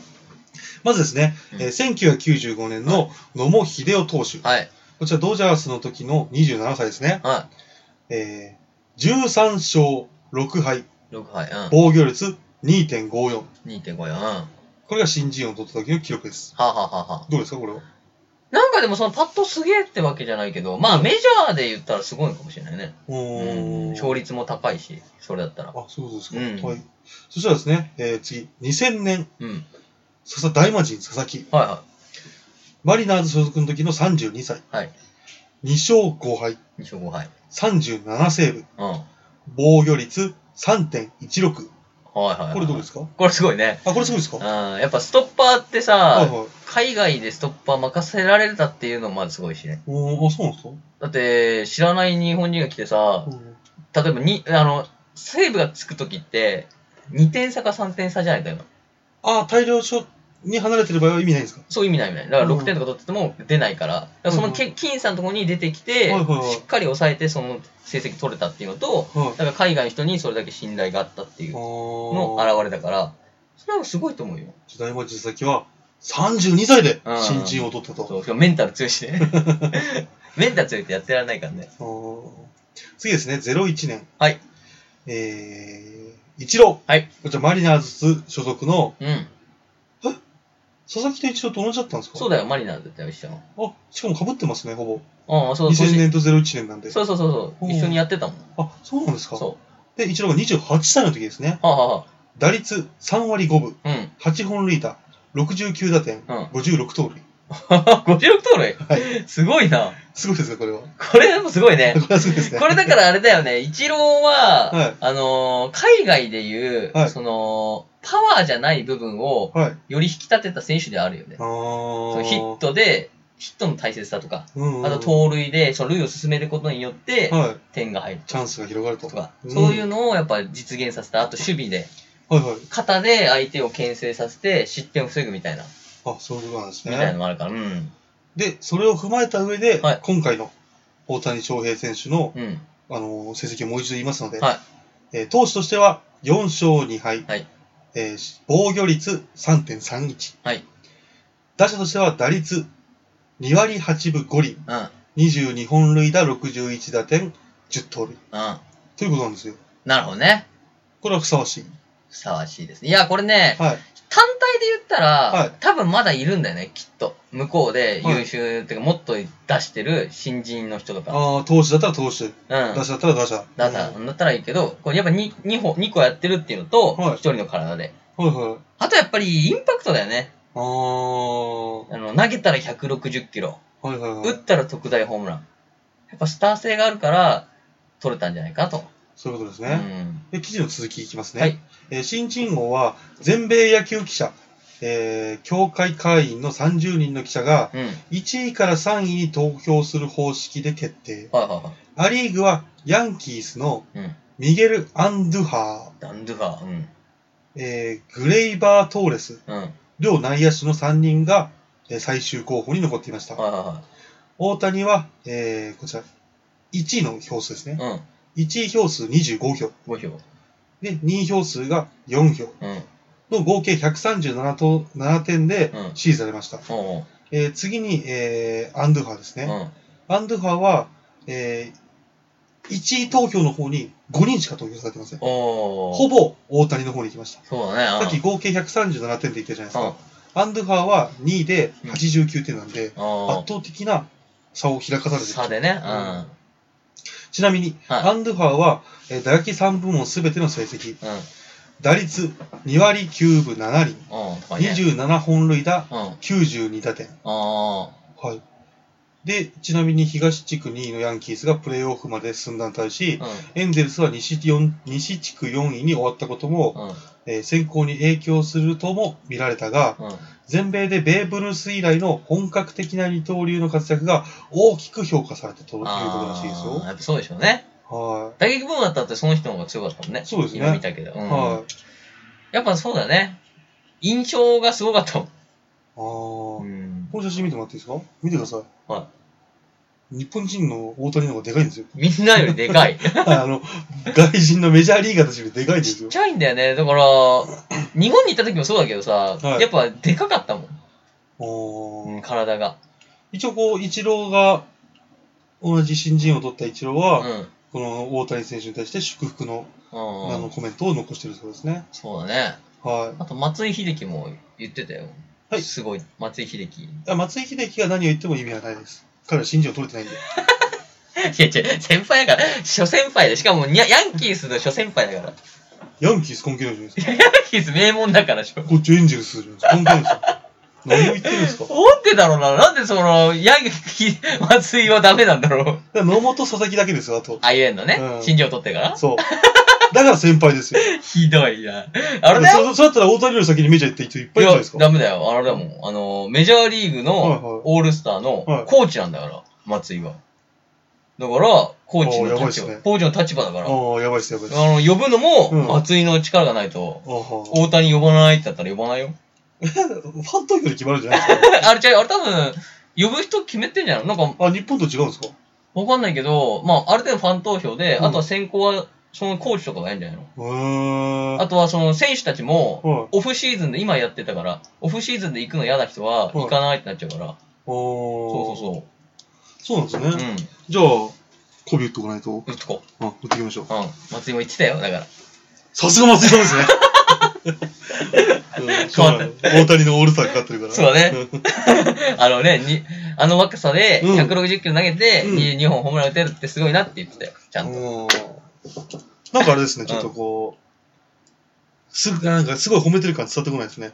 S2: まずですね、
S1: うん
S2: えー1995年の野茂英雄投手。
S1: ー。はい。
S2: こちらドジャースの時の27歳ですね。
S1: は
S2: えー13勝6敗、
S1: い。6杯。う
S2: 防御率2.54。
S1: ん。2.5よ。うん。は
S2: これが新人王を取った時の記録です。
S1: あ、はあはあはあ、
S2: どうですか、これは。
S1: なんかでもそのパッとすげえってわけじゃないけど、まあメジャーで言ったらすごいかもしれないね。
S2: う
S1: うん。
S2: ーん。
S1: 勝率も高いし、それだったら。
S2: あ、そうですか。
S1: うん
S2: はい。そしたらですね、えー次、2000年、
S1: うん。
S2: 佐々大魔神佐々木。
S1: はいは
S2: マリナーズ所属の時の32歳。
S1: はい
S2: 2勝5敗、
S1: い。2勝5敗。
S2: 37セーブ、
S1: うん。はい
S2: 防御率3.16。
S1: はいはい。
S2: これどうです
S1: か
S2: か
S1: これすごいね。
S2: あ、これすごいですか
S1: うん。やっぱストッパーって
S2: はい
S1: さ、
S2: はい。
S1: 海外でストッパー任せられたっていうのもまずすごいしね。
S2: おーあ、そうなんですか
S1: だって、知らない日本人が来てさ、例えばに、あの、セーブがつくときって、2点差か3点差じゃないか今。
S2: あ、大量所に離れてる場合は意味ないんですか
S1: そういう意味ないみたいな。だから
S2: うん
S1: 6点とか取ってても出ないから。だからそのけ、金さんのところに出てきて、
S2: はいはいはい
S1: しっかり抑えてその成績取れたっていうのと、
S2: は
S1: だ
S2: い。
S1: から海外の人にそれだけ信頼があったっていうの
S2: ああ。
S1: 表れだから、それはすごいと思うよ。
S2: 時代町佐々木は32歳で
S1: うん
S2: 新人を取ったと。
S1: そう、しかもメンタル強いし
S2: [laughs]
S1: ね。メンタル強いってやってられないからね。
S2: あー次ですね、01年。
S1: はい。
S2: えー、一郎。
S1: はい。
S2: こちらマリナーズ所属の
S1: うん。
S2: 佐々木と一郎と同じだったんですか
S1: そうだよ、マリナーズって一緒の。
S2: あ、しかも被ってますね、ほぼ。
S1: うん、そう、
S2: 2000年と01年なんで。
S1: そうそうそうそう、一緒にやってたもん。
S2: あ、そうなんですか
S1: そ
S2: で、一郎が28歳の時ですね。
S1: う。はあ、は
S2: 打率3割5分、
S1: あ、うん。
S2: 8本塁打、69打点、
S1: うん [laughs]
S2: 56盗塁。
S1: 56盗塁
S2: はい。
S1: すごいな。
S2: すごいですね、これは。こ
S1: これもすごいね
S2: れ。はすごいですね。
S1: これだからあれだよね、イチローは、
S2: はい
S1: あのー海外でいう、
S2: はい
S1: その、パワーじゃない部分を
S2: はい。
S1: より引き立てた選手ではあるよね
S2: あ。
S1: その
S2: ー
S1: ヒッ、トで、ヒットの大切さとか、
S2: うん、
S1: あと盗塁で、その塁を進めることによって、
S2: はい。
S1: 点が入る
S2: チャンスが広がると。
S1: とか、
S2: うん
S1: そういうのをやっぱ実現させた。あと守備で、
S2: はいはい。
S1: 肩で相手を牽制させて、失点を防ぐみたいな、
S2: あ、そういうことなんです
S1: みたいな
S2: ね
S1: の。もあるから、うん。
S2: で、それを踏まえた上で、
S1: はい
S2: 今回の大谷翔平選手の、
S1: うん。
S2: あのー成績をもう一度言いますので、
S1: はい
S2: えー投手としては4勝2敗、
S1: はい
S2: えー防御率3.31、
S1: はい
S2: 打者としては打率2割8分5厘、
S1: うん。うん。
S2: 22本塁打61打点10盗塁ということなんですよ。
S1: なるほどね。
S2: これはふさわしい。
S1: ふさわしいですね。いや、これね、
S2: はい。
S1: 単体で言ったら、
S2: はい
S1: 多分まだいるんだよね、きっと。向こうで
S2: はい
S1: 優秀、っていうか、もっと出してる新人の人とか。
S2: ああ、投手だったら投手、
S1: うん。
S2: 打者だったら打者。
S1: だったら、
S2: うん
S1: だったらいいけど、これやっぱ 2, 2, 歩2個やってるっていうのと、
S2: はい
S1: 1人の体で。
S2: はいはい。
S1: あとやっぱりインパクトだよね。
S2: ああ、
S1: あの、投げたら160キロ、
S2: はいはいは
S1: 打っ
S2: い。
S1: たら特大ホームラン。やっぱスター性があるから、取れたんじゃないかと。
S2: そういうことです
S1: う
S2: ね。
S1: ん。
S2: で記事の続きいきますね、
S1: はい
S2: えー新人王は全米野球記者、えー協会会員の30人の記者が
S1: うん。はい
S2: 1位から3位に投票する方式で決定
S1: はいは
S2: ア・リーグはヤンキースの
S1: い。うん。
S2: ミゲル・アンドゥハ
S1: ダンドゥファー、うん。
S2: ー、えーグレイバー・トーレス
S1: うん。はい
S2: 両内野手の3人が、えー最終候補に残っていました、
S1: は
S2: 大谷は、えーこちら1位の票数ですね
S1: い、はい。
S2: 1位票数25票
S1: うん。5票。
S2: で2位票数が4票
S1: うん。
S2: の合計137と7点で
S1: うん
S2: 支持されました。
S1: おう
S2: えー次に、えーアンドゥハーです
S1: おう。う
S2: ね。
S1: ん。
S2: アンドゥハーは、え1位投票の方に5人しか投票されてません。
S1: おお。
S2: ほぼ大谷の方に行きました。
S1: そうだね。
S2: さっき
S1: うん
S2: 合計137点で言ったじゃないです
S1: うん
S2: か。アンドゥハーは2位で89点なんで、
S1: あ
S2: 圧倒的な差を開かされて
S1: 差
S2: る。
S1: でね。
S2: う
S1: うんん。
S2: ちなみに、
S1: はい
S2: アンドゥハーは、えー打撃3部門すべての成績、
S1: うん。
S2: 打率2割9分7厘、
S1: うん。高いね。
S2: 27本塁打、
S1: うん。あ
S2: 92打点。
S1: あ。
S2: はい。で、ちなみに東地区2位のヤンキースがプレーオフまで進んだのに対し、エンゼルスは西四西地区4位に終わったことも、
S1: う
S2: えー選考に影響するとも見られたが、
S1: ん。うん。
S2: 全米でベーブ・ルース以来の本格的な二刀流の活躍が大きく評価されたということらしいです
S1: あー
S2: よ。
S1: やっぱそうでしょうね。
S2: は
S1: 打撃部分だったってその人の方が強かったもんね。
S2: そうですね
S1: 今見たけど。う
S2: い。
S1: ん
S2: はい。
S1: やっぱそうだね。印象がすごかったもん。
S2: あー
S1: うん。
S2: この写真見てもらっていいですか見てください。。
S1: はい
S2: 日本人の大谷の方がでかいんですよ。 [laughs]
S1: みんなよりでかい。
S2: あの、外人のメジャーリーガーたちよりでかいんです
S1: ちっ
S2: よ
S1: ち。ゃいんだよね。だから、日本に行った時もそうだけどさ、
S2: はい
S1: やっぱでかかったも
S2: お
S1: ん。
S2: ー
S1: 体が。
S2: 一応こう、イチローが、同じ新人を取ったイチロー
S1: う
S2: は、
S1: ん。
S2: この大谷選手に対して祝福の、あ
S1: う
S2: の、
S1: ん。
S2: コメントを残してるそうですね。
S1: そうだね。
S2: は
S1: あと、松井秀喜も言ってたよ。
S2: はい
S1: すごい。松井秀喜。い
S2: い。あ松井秀喜が何を言っても意味はないです。彼は新人を取れてないんで。
S1: や違う、先輩だから、初先輩で。しかもにゃ、ヤンキースの初先輩だから。
S2: ヤンキース関係ないじゃないですか。
S1: ヤンキース名門だからしょ。
S2: こっちエンジェルスじゃないですか。関係ないですよ。何を言ってるんですか。だか
S1: 思ってだろうな。なんでその、ヤンキー、松井はダメなんだろう。
S2: ら野本佐々木だけですよ、あと。
S1: あ、言えんのね。
S2: うん
S1: 新庄取ってから。
S2: そう。だから先輩ですよ。
S1: ひどいな。あれだよ。
S2: そうそうだったら大谷より先にメジャー行った人いっぱいいるじゃないです
S1: い
S2: か。
S1: やダメだよ。あれだもん。あの、メジャーリーグ
S2: はいはい
S1: のオールスター
S2: はい
S1: のコーチなんだから、松井は。だから、コーチ
S2: おーやば
S1: の
S2: いっす
S1: 立場、
S2: ね
S1: コーチの立場だから、あ
S2: ああ、やばいっす、やばいっす。あ
S1: の、呼ぶの
S2: うん
S1: も松井の力がないと、
S2: あは
S1: 大谷呼ばないってなったら呼ばないよ。 [laughs]
S2: ファン投票で決まるんじゃないです
S1: あれ違う、あれ多分、呼ぶ人決めてんじゃん。なんか、
S2: か。あ、日本と違うんですか
S1: わかんないけど、まあ、ある程度ファン投票で、
S2: うん
S1: あとは選考は、そのコーチとかがやるんじゃないの
S2: うーん。
S1: あとは、その選手たちも、
S2: はい。
S1: オフシーズンで、今やってたから、オフシーズンで行くの嫌な人は、行かないってなっちゃうから、そう
S2: おー。うそう。
S1: そう
S2: そうなんです
S1: そ
S2: ね。
S1: う。うん。
S2: じゃあ、コビ打っとかないと。
S1: 打っとこ
S2: あ、打っていきましょう
S1: う。。うん。松井も言ってたよ、だから。
S2: さすが松井さんですね。うん、しょうがない大谷のオールスターかかってるから。
S1: そうだね。 [laughs] あのね、に、あの若さで
S2: うん
S1: 160キロ投げて、
S2: うん
S1: に 2, 本ホームラン打てるってすごいなって言ってたよ、ちゃんと。
S2: うんなんかあれですね、ちょっとこう、すぐ、なんかすごい褒めてる感伝わってこない [laughs] ですね。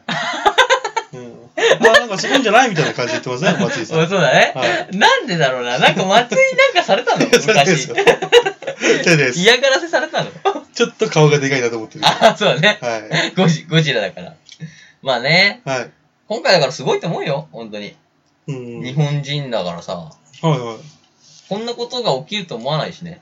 S2: うん、まあなんかそういうんじゃないみたいな感じで言ってますね、松井さん。
S1: そうだね、
S2: は
S1: なんでだろうな。なんか松井なんかされたの
S2: そうです
S1: 昔
S2: よ。。そうです。
S1: 嫌がらせされた
S2: [laughs]
S1: の
S2: ちょっと顔がでかいなと思ってる。は
S1: あ、そうだね。
S2: い。
S1: ゴジゴジラだから。まあね、
S2: はい。
S1: 今回だからすごいと思うよ、本当に。
S2: うん。
S1: 日本人だからさ、
S2: はいはい。
S1: こんなことが起きると思わないしね。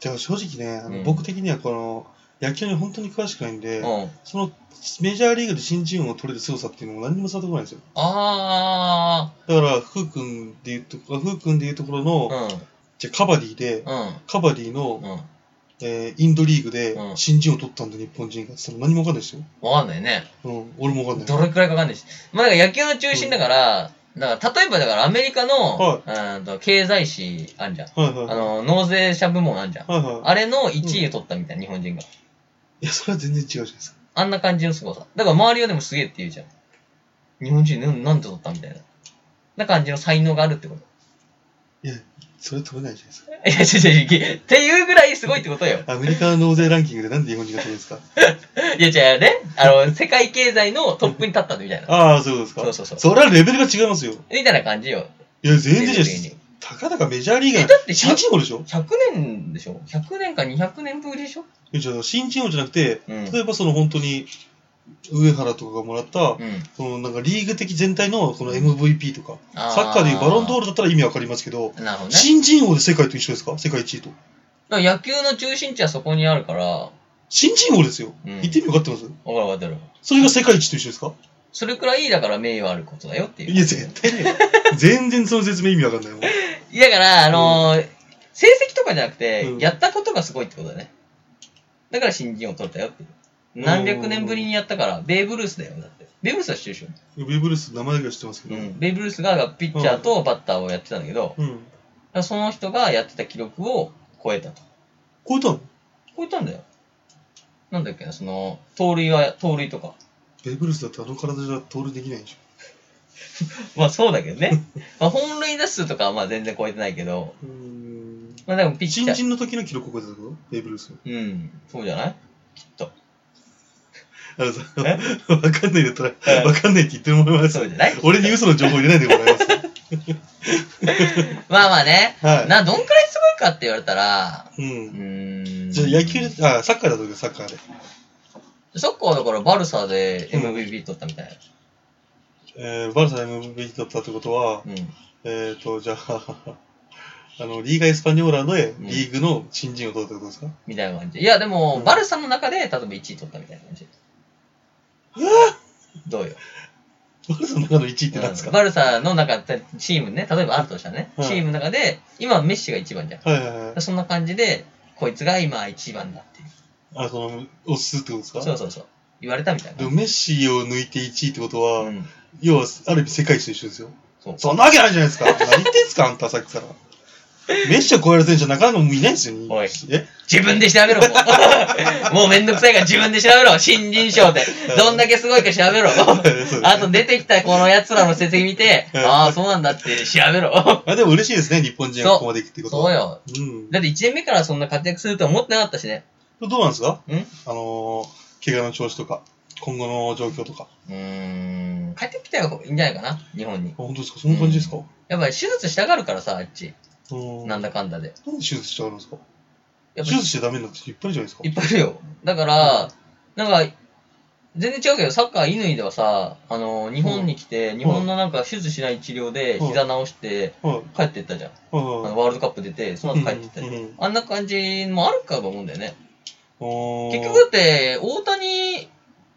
S2: じゃあ正直ね、あの
S1: うん
S2: 僕的にはこの、野球に本当に詳しくないんで、
S1: うん。
S2: そのメジャーリーグで新人王を取れる強さっていうのも何にも伝わってこないんですよ。
S1: あ
S2: だから、ふうくんでいうと、ふうくんでいうとこ
S1: ー、
S2: ろの、
S1: うん、
S2: じゃあカバディで、
S1: う
S2: カバディの、
S1: ん、うん。
S2: えーインドリーグで
S1: うん
S2: 新人を取ったんで、日本人が。それ何もわかんないですよ。
S1: わかんないね。
S2: うん、俺もわかんない。
S1: どれくらいかかんないし。まあ、だから野球の中心だから、だから例えばだからアメリカの、
S2: は
S1: うーんと経済誌あんじゃん。
S2: はいはい。
S1: あ
S2: はい
S1: の、納税者部門あんじゃん。
S2: はい。
S1: あれの1位を取ったみたいな、日本人が。
S2: いや、それは全然違うじゃないですか。
S1: あんな感じの凄さ。だから周りはでもすげえって言うじゃん。日本人なんなんで取ったみたいな。な感じの才能があるってこと。
S2: いや、それは取れないじゃないですか。
S1: いや、違う違う違う。っていうぐらいすごいってことよ。
S2: アメリカの納税ランキングでなんで日本人が取るんですか
S1: いや、違うね。あの、世界経済のトップに立ったみたいな。
S2: ああ、そういうこと
S1: そ
S2: で
S1: うそ
S2: すか。
S1: うそう
S2: それはレベルが違いますよ。
S1: みたいな感じよ。
S2: いや、全然違う
S1: 全然違
S2: し、たかだかメジャーリーガ
S1: え、
S2: ー
S1: だって
S2: 新
S1: 100
S2: 人王でしょ
S1: 年でしょ ?100 年か200年ぶりでしょ
S2: いやじゃあ新人王じゃなくて、
S1: うん
S2: 例えばその本当に、上原とかがもらった、
S1: うん。
S2: そのなんかリーグ的全体のこの MVP とか、
S1: あー
S2: サッカーでいうバロンドールだったら意味わかりますけど、
S1: なるほどね。
S2: 新人王で世界と一緒ですか世界一位と。
S1: だから野球の中心地はそこにあるから、わ
S2: 新人王ですよ。
S1: うん
S2: 言ってみようかってます
S1: かるわかる。
S2: それが世界一と一緒ですか
S1: それくらいだから名誉あることだよっていう。
S2: いや、絶対ね。全然その説明意味わかんないもん。
S1: いやだから、あのー成績とかじゃなくて、
S2: うん
S1: やったことがすごいってことだね。だから新人を取ったよっていう。何百年ぶりにやったから、ベーブ・ルースだよ、だって。ベーブ・ルースは知ってるでしょ。
S2: ベーブ・ルース名前だけは知ってますけど。
S1: うん。ベーブ・ルースがピッチャーとバッターをやってたんだけど、
S2: うん。
S1: だからその人がやってた記録を超えたと。
S2: 超えたの
S1: 超えたんだよ。なんだっけな、その、盗塁は、盗塁とか。
S2: ベーブ・ルースだってあの体じゃ盗塁できないでし
S1: まあそうだけど [laughs] ね。まあ本塁打数とかはまあ全然超えてないけど、
S2: ょ。うん。
S1: まあでもピッチ
S2: 新
S1: ャー。
S2: 人の時の記録を超えたってことベーブ・ルース。
S1: うん、そうじゃない
S2: あのさ、
S1: え
S2: わかんないだった
S1: え
S2: ら、わかんないって言ってもらいます
S1: そう。じゃない [laughs]
S2: 俺に嘘の情報入れないでもらいます。
S1: まあまあね、
S2: はい
S1: な、どんくらいすごいかって言われたら、
S2: う。
S1: うんーん。
S2: じゃあ野球で、あ、サッカーだとサッカーで。
S1: サッカーだからバルサで MVP 取ったみたい。
S2: えー、バルサ MVP だったってことは、
S1: うん。
S2: えっ、ー、と、じゃあ、 [laughs] あの、リーガ・エスパニョーラのリーグの新人を取ったってことですか、
S1: みたいな感じ。いや、でも、
S2: うん
S1: バルサの中で、例えば1位取ったみたいな感じ。どうよ。
S2: バルサの中の1位ってなんです
S1: うん
S2: か、
S1: バルサの中で、チームね、例えばあるとしたらね、
S2: うん
S1: チームの中で、今メッシが1番じゃん。
S2: はいはいはい。
S1: そんな感じで、こいつが今1番だっていう。
S2: あ、その、押すってことですか
S1: そうそうそう。言われたみたいな
S2: でも。メッシを抜いて1位ってことは、
S1: うん。
S2: 要は、ある意味世界一と一緒ですよ。
S1: そう。
S2: そんなわけないじゃないですか。 [laughs] 何言ってんすか、あんた、さっきから。メッシを超える選手はなかなかもういないですよ、
S1: おい
S2: え [laughs]
S1: 自分で調べろ、もう。もうめんどくさいから自分で調べろ、新人賞で。どんだけすごいか調べろ。
S2: すね
S1: あと出てきたこの奴らの成績見て、
S2: うん
S1: ああ、そうなんだって調べろ。
S2: あ、でも嬉しいですね、日本人がここまで行くってこと
S1: そう
S2: は。
S1: よ。
S2: そうよ。うん。
S1: だって1年目からそんな活躍するとは思ってなかったしね。
S2: どうなんですか
S1: んう
S2: あのー、怪我の調子とか、今後の状況とか。
S1: ーん。帰ってきた方がいいんじゃないかな、日本に
S2: あ。本当ですかそんな感じですか、
S1: やっぱり手術したがるからさ、あっち。
S2: うん、
S1: なんだかんだで。
S2: なんで手術しちゃうんですか
S1: や
S2: 手
S1: っぱり
S2: 術しちゃダメになって人いっぱいいるじゃないい
S1: っ
S2: です
S1: ぱいいるよ。だから、なんか、全然違うけど、サッカー乾ではさ、あの、日本に来て、日本のなんか手術しない治療で
S2: うん
S1: 膝治して
S2: か。はい。
S1: 帰ってったじゃん。あ
S2: はい
S1: の
S2: は
S1: ワールドカップ出て、その後帰ってったじゃ
S2: うんうんん。
S1: あんな感じもあるかと思うんだよね。
S2: い。
S1: 結局だって、大谷、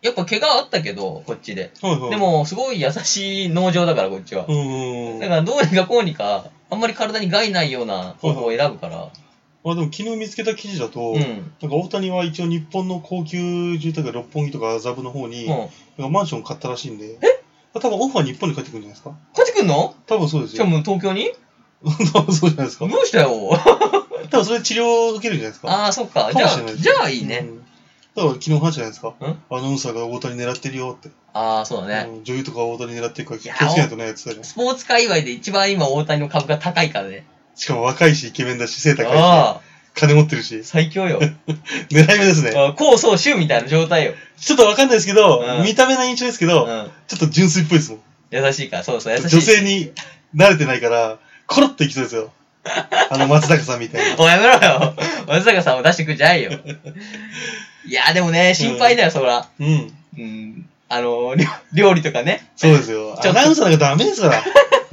S1: やっぱ怪我あったけど、こっちで。
S2: あー、はいはい、
S1: で、も、すごい優しい農場だから、こっちは
S2: う。んうん。
S1: だ
S2: あ、
S1: から、どうにかこうにか、あんまり体に害ないような方法を選ぶから。
S2: でも昨日見つけた記事だと、
S1: うん。うん。
S2: なんか大谷は一応日本の高級住宅街六本木とか麻布の方に、なんかマンション買ったらしいんで、え多分オファー日本に帰ってくるんじゃないですか
S1: 帰ってくんの
S2: 多分そうです
S1: しか
S2: よ。
S1: も東京に
S2: 多 [laughs] 分そうじゃないです
S1: ど
S2: か
S1: う。したよ。
S2: 多分それで治療を受けるんじゃないですか。
S1: ああ、そっか。
S2: か
S1: じゃ
S2: も
S1: あ
S2: しれない、です
S1: じゃあいいね。
S2: うんだから昨日話じゃないですか。
S1: うん
S2: アナウンサーが大谷狙ってるよって。
S1: ああ、そうだね。
S2: うん女優とか大谷狙ってるから
S1: い
S2: 気を
S1: や
S2: つけないとねやつだね。
S1: スポーツ界隈で一番今大谷の株が高いからね。
S2: しかも若いし、イケメンだし、背高いし、
S1: ああ、
S2: 金持ってるし、
S1: 最強よ。
S2: [laughs] 狙い目ですね。
S1: 高層集みたいな状態よ。
S2: ちょっとわかんないですけど、
S1: うん
S2: 見た目の印象ですけ
S1: う
S2: ど、
S1: ん。
S2: ちょっと純粋っぽいですもん。
S1: 優しいから、そうそう、優しい。
S2: 女性に慣れてないから、コロッといきそうですよ。あの松坂さんみたい
S1: [laughs]
S2: な。
S1: おいやめろよ。 [laughs] 松坂さんを出してくんじゃないよ。 [laughs] いや、でもね、心配だよ、そら。
S2: うん。
S1: うん。あの、料料理とかね。
S2: そうですよ。
S1: ちょ
S2: ア
S1: っと
S2: ナウンサーなんかダメで
S1: [laughs]
S2: すから。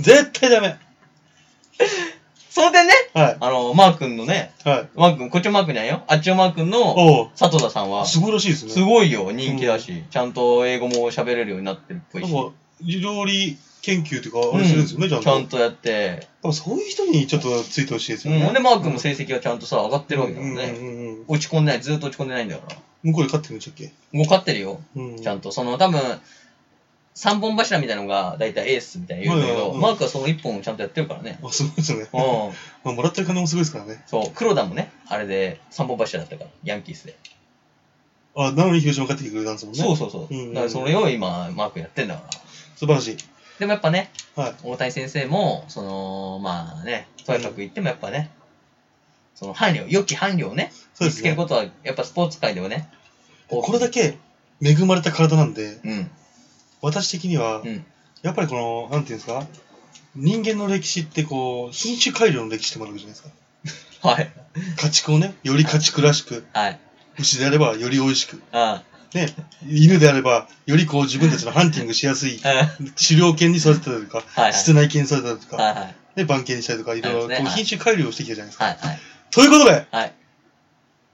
S2: 絶対ダメ。
S1: その点ね、
S2: は
S1: あの、マー君のね、
S2: い。はい。
S1: マー君、こっちのマー君じゃないよ。あっちのマー君の
S2: おう。
S1: 佐藤田さんは、
S2: すごいらしいですね。
S1: すごいよ、人気だし、ちゃんと英語も喋れるようになってるっぽいし。
S2: なんか、料理研究というか、あ
S1: うん
S2: れするんですよね、ちゃん
S1: ちゃん
S2: と。
S1: とやって、
S2: 多分そういう人にちょっとついてほしいです
S1: う
S2: よね。
S1: ん、で、マー君も成績はちゃんとさ、上がってるわけだ
S2: う
S1: もん
S2: んうん
S1: ね。
S2: うんうん。
S1: 落ち込んでない、ずっと落ち込んでないんだから。
S2: 向こうで勝ってるんでしたっけ
S1: もう勝ってるよ、
S2: うん。
S1: ちゃんと。その、多分、三本柱みたいなのが、だいたいエースみたいな言うんだけ
S2: はいはい
S1: ど、
S2: はい
S1: マークはその一本をちゃんとやってるから
S2: [laughs]
S1: ね。
S2: あ、すごいですね。
S1: うん。
S2: まあ、もらってる金もすごいですからね。
S1: そう、黒田もね、あれで三本柱だったから、ヤンキースで。
S2: あ、なのに広島勝ってきてくれたんですもんね。
S1: そうそうそう。
S2: うんうん
S1: だからそれを今、マークやってんだから。
S2: 素晴らしい。
S1: でもやっぱね、
S2: はい。
S1: 大谷先生も、その、まあね、とにかく言ってもやっぱね、その伴侶、良き伴侶をね、
S2: そう
S1: 見
S2: で
S1: つ
S2: す
S1: ける
S2: ね。
S1: ことは、やっぱスポーツ界ではね、大きい
S2: これだけ恵まれた体なんで、
S1: うん。
S2: 私的には
S1: う、ん。
S2: やっぱりこの、なんていうんですか、人間の歴史ってこう、品種改良の歴史ってもあるわけじゃないですか。
S1: はい。
S2: 家畜をね、より家畜らしく、
S1: はい。
S2: 牛であればより美味しく、
S1: あ
S2: ね、犬であれば、よりこう自分たちのハンティングしやすい
S1: あ。うん。
S2: 狩猟犬に育てたりとか、
S1: はいはい
S2: 室内犬に育てたりとか、
S1: はいはい。
S2: ね、番犬にしたりとか、いろいろ
S1: そうです
S2: こう
S1: ねはい
S2: 品種改良をしてきたじゃないですか。
S1: はいはい。
S2: ということで、
S1: はい。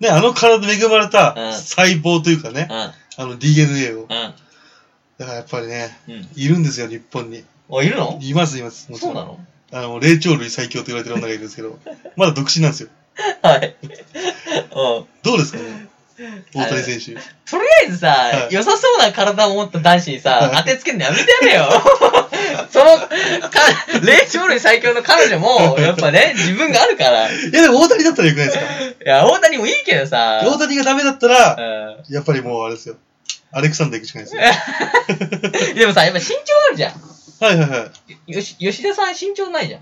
S2: ね、あの体で恵まれ
S1: うん
S2: た細胞というかね、あの DNA を。
S1: うん。
S2: だからやっぱりね、
S1: うん。うん。
S2: いるんですよ、日本に。
S1: あ、いるの
S2: います、います。もち
S1: そう
S2: ろ
S1: んなの
S2: あの、霊長類最強と言われてる女がいるんです
S1: [laughs]
S2: けど、まだ独身なんですよ。
S1: はい。うん。
S2: どうですか
S1: [laughs]
S2: ね、大谷選手。
S1: とりあえずさ
S2: は、い
S1: 良さそうな体を持った男子にさ、当てつけるのやめてや
S2: [laughs]
S1: れよ。その、か、霊長類最強の彼女
S2: [laughs]
S1: も、やっぱね、自分があるから。い
S2: いや、でも大谷だったらよくないですか
S1: や、大谷もいいけどさ。
S2: 大谷がダメだったら、
S1: う
S2: やっぱりもうあれですよ。アレクサンダー行くしかないです
S1: ん。 [laughs]
S2: よ。
S1: でもさ、やっぱ身長あるじゃん。
S2: はいはいはい。
S1: よし、吉田さん身長ないじゃん。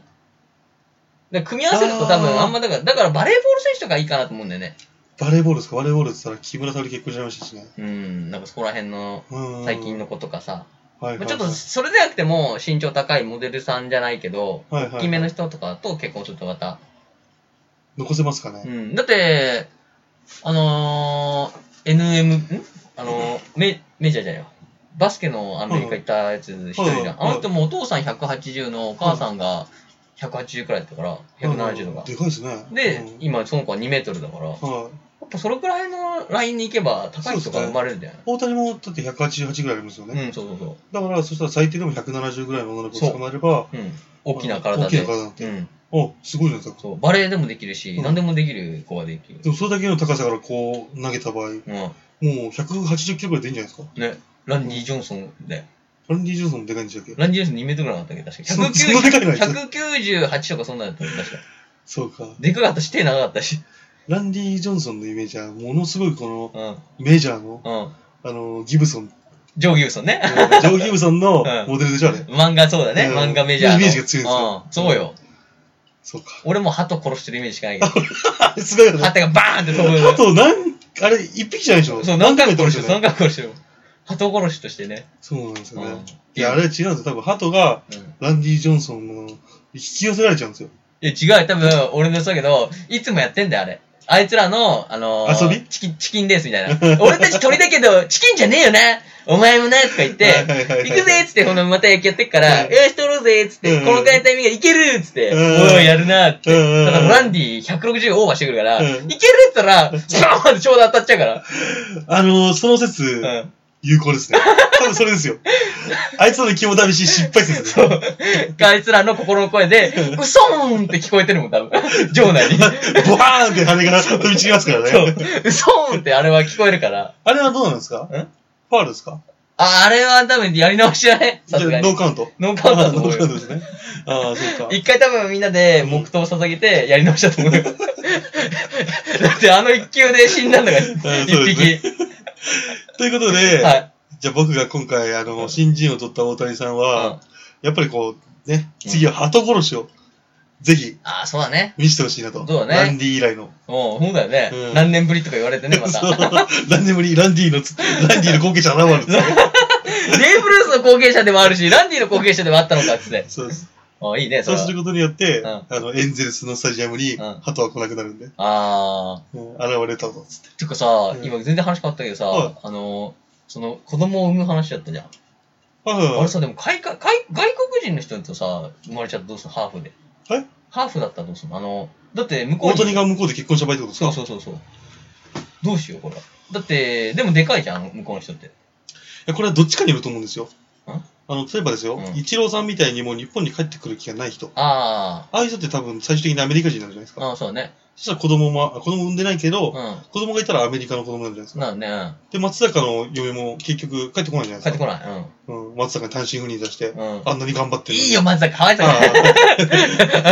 S1: で組み合わせると多分あんまだから、だからバレーボール選手とかいいかなと思うんだよね。
S2: バレーボールですかバレーボールって言ったら木村沙織結婚しちゃいましたしね。
S1: うん、なんかそこら辺の
S2: うん
S1: 最近の子とかさ、
S2: はい
S1: ま
S2: は
S1: あ
S2: い。
S1: ちょっと、それでなくても、身長高いモデルさんじゃないけど、
S2: はいはい。
S1: 大きめの人とかと結構ちょっとまた、
S2: 残せますか
S1: う
S2: ね。
S1: ん。だって、あのー、NM、んあのー、メメジャーじゃないわ。バスケのアメリカ行ったやつ一人じゃん。
S2: はいはい
S1: あの人もお父さん180のお母さんが180くらいだったから、170とか
S2: で。かいですね。
S1: で
S2: うん、
S1: 今その子は2メートルだから、やっ
S2: はい。
S1: ぱそれくらいのラインに行けば高い人が生まれるんだよね。
S2: 大谷もだって188ぐらいありますよね。
S1: うん、そうそうそ
S2: だから、そしたら最低でも170ぐらいの女の子を捕まえれば、
S1: う。うん。大きな体で。
S2: 大きな体って
S1: うん。
S2: お、すごいじゃないですか。
S1: そう。バレエでもできるし、
S2: うん
S1: 何でもできる子ができる。
S2: でもそれだけの高さからこう投げた場合、も
S1: うん。
S2: う180キロぐらいでいいんじゃないですか。
S1: ね。ランディ・ジョンソンだよ。
S2: ランディ・ジョンソンもでかいんでしたっけ
S1: ランディ・ジョンソン2メートルぐらいあったっけ確か
S2: そそんなでかいのあいつ
S1: 190 198とかそんなんだったよ確か。
S2: そうか。
S1: でかかったし、手長かったし。
S2: ランディ・ジョンソンのイメージは、ものすごいこの
S1: うん。
S2: メジャーの、
S1: うん。
S2: あの、ギブソン、
S1: ジョー・ギブソンね。
S2: [laughs]
S1: [laughs]
S2: ジョー・ギブソン
S1: う
S2: の
S1: ん
S2: モデルでしょ、あれ。
S1: 漫画そうだね。
S2: うん
S1: 漫画メジャーの。
S2: イメージが強いんですよ
S1: うん。そうよ。
S2: そうか。
S1: 俺も鳩殺してるイメージしかないけど。
S2: あれすごいよね。
S1: 鳩がバーンって飛ぶ。
S2: あと、なん、あれ、一匹じゃないでしょ
S1: そう、何回も
S2: 飛
S1: 殺
S2: ぶ
S1: して
S2: で
S1: る、
S2: しょ
S1: 何回も殺してる。鳩殺しとしてね。
S2: そうなんですよ
S1: うん
S2: ね。いや、あれは違うんですよ。多分、ハトが、
S1: うん
S2: ランディ・ジョンソンの、引き寄せられちゃうんですよ。
S1: いや、違う、多分、俺のそうだけど、いつもやってんだよ、あれ。あいつらの、あのー
S2: 遊び
S1: チキン、チキンレースみたいな。俺たち鳥だけど、チキンじゃねえよなお前もなとか言って、
S2: はいはいはいはい
S1: 行くぜっつって、ほな、また野球やってっか
S2: は
S1: ら、
S2: い
S1: よし、取ろうぜっつっ
S2: うん
S1: て、
S2: うん
S1: このくらいのタイミングでいけるっつって、
S2: うん
S1: おい、やるなって。
S2: うんうん
S1: だから、ランディ160オーバーしてくるから、
S2: うん
S1: いけるっつったら、スパーンってちょうど当たっちゃうから。
S2: あのー、その説、
S1: うん。 [laughs]
S2: 有効ですね。多分それですよ。あいつの肝試し失敗説です
S1: そ
S2: ね。
S1: う。あいつらの心の声で、うそーんって聞こえてるもん、多分。 [laughs] 場内に。
S2: ボワーンって羽が飛び散りますから
S1: そう
S2: ね。。
S1: うそーんってあれは聞こえるから。
S2: あれはどうなんですか
S1: ん
S2: ファールですか
S1: あ、あれは多分やり直しだね。
S2: じゃ
S1: さ
S2: あ
S1: すが
S2: ノー
S1: に。
S2: カウント。
S1: ノーカウントだと思う
S2: あーノーカウント
S1: よ。
S2: ですね。ああ、そうか。
S1: 一回多分みんなで黙祷を捧げてやり直しだと思
S2: [laughs]
S1: うよ。だってあの一球で死んだんだから、
S2: ん
S1: 一匹。
S2: ということで、
S1: はい。
S2: じゃあ僕が今回、あ
S1: う
S2: の、
S1: ん
S2: 新人を取った大谷さん
S1: うん
S2: は、やっぱりこう、ね、次は鳩殺しを、ぜひ、
S1: あ、そうだね。
S2: 見せてほしいなと。
S1: そうだね
S2: ランディ以来の。
S1: もう、そうだよね
S2: う。ん
S1: 何年ぶりとか言われてね、また。
S2: [laughs] そうランディぶり、ランディのつ、ランディの後継者現れるんですよ。
S1: デイブルースの後継者でもあるし、ランディの後継者でもあったのかっつって。
S2: そうです。
S1: あ、いいね、そ
S2: そう
S1: れ
S2: す
S1: は
S2: る。ことによって、
S1: うん
S2: あの、エンゼルスのスタジアムに、
S1: うん
S2: 鳩は来なくなるんで、
S1: あ
S2: うん現れたぞ、つって。
S1: ー。てかさ
S2: う、ん
S1: 今全然話変わったけど
S2: はい
S1: さ、あの、その、子供を産む話だったじゃん。
S2: はいはい
S1: あ
S2: は
S1: れ
S2: い
S1: さ、でも海外、海外国人の人とさ、生まれちゃったらどうするハーフで。
S2: え
S1: ハーフだったらどうするのあの、だって向こう
S2: 大谷が向こうで結婚した場合ってことです
S1: そ
S2: か
S1: うそうそうそう。どうしよう、これ。だって、でもでかいじゃん、向こうの人って。
S2: いやこれはどっちかによると思うんですよ。
S1: ん
S2: あの、例えばですよ、
S1: うん
S2: イチローさんみたいにもう日本に帰ってくる気がない人。
S1: あ
S2: ああいう人って多分最終的にアメリカ人になるじゃないです
S1: あ、
S2: か。
S1: ああ、そうね。
S2: そしたら子供も、あ子供産んでないけど、
S1: う
S2: 子供がいたらアメリカの子供なんじゃないです
S1: ん。
S2: か。
S1: なるね。
S2: で、松坂の嫁も結局帰ってこないじゃない
S1: 帰
S2: で
S1: って
S2: す
S1: こ
S2: か。
S1: ない。うん。
S2: うん、松坂に単身赴任出して、
S1: うん
S2: あんなに頑張って
S1: い
S2: るのに
S1: いよ、松坂、かわいそう
S2: あ
S1: だ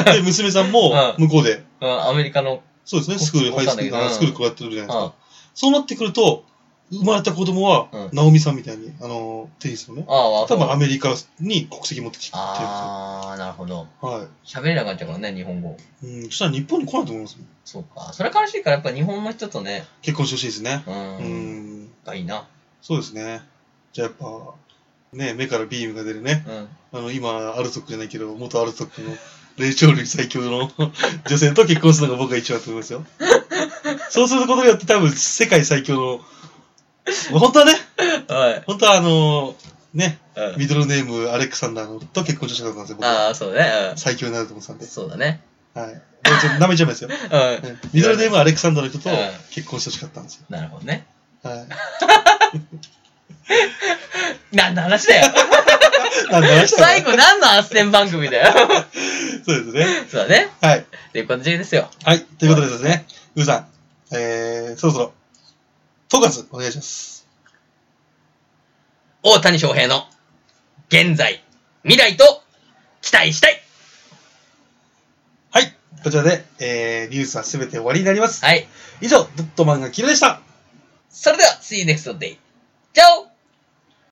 S2: あ [laughs] で、娘さんも向こうで、
S1: うん、アメリカの、
S2: そうですね、スクール、
S1: こ
S2: ハ
S1: っ
S2: イ
S1: ち
S2: スクー
S1: こっちなんだけ
S2: ル、
S1: ど
S2: あスクールこうやってるじゃ
S1: う
S2: な
S1: ん
S2: いですか。そうなってくると、生まれた子供は
S1: うん、
S2: ナオミさんみたいに、あの、テニスのね、
S1: ああ、
S2: 多分ア
S1: あ
S2: メリカに国籍持ってきてるんですよ。
S1: あー、なるほど。
S2: は
S1: 喋れなかったからね、日本語。
S2: い。うん、そしたら日本に来ないと思いますよ
S1: そうか。それ悲しいから、やっぱ日本の人とね、
S2: 結婚してほしいですね。
S1: う、
S2: うんん、
S1: がいいな。
S2: そうですね。じゃあやっぱ、ね、目からビームが出るね、
S1: うん。
S2: あの、今、アルトックじゃないけど、元アルトックの霊長類最強の女性と結婚するのが僕が一番だと思いますよ。そうすることによって多分、世界最強の、まあ本当はね、
S1: はい。
S2: 本当はあの、ね、
S1: うん
S2: ミドルネームアレクサンダーのと結婚してほしかったんですよ、
S1: ああ、そうね
S2: 僕。最強になると思ってたん
S1: うん
S2: で。
S1: そうだね。
S2: はい。でちょっと舐めちゃいますよ。
S1: うん。
S2: うんミドルネームアレクサンダーの人と
S1: うん
S2: 結婚してほしかったんですよ。
S1: なるほどね。
S2: はい。
S1: なんの話だよ
S2: なんで話したの
S1: 最後何の斡旋番組だよ
S2: そうですね。
S1: そうだね。
S2: はい。
S1: という感じですよ。
S2: はい。ということでですね、うーさん、えー、そろそろ、統括お願いします。
S1: 大谷翔平の、現在、未来と、期待したい
S2: はい。こちらで、えー、ニュースはすべて終わりになります。
S1: はい。
S2: 以上、ドットマンガキルでした。
S1: それでは、See you next day. チャオ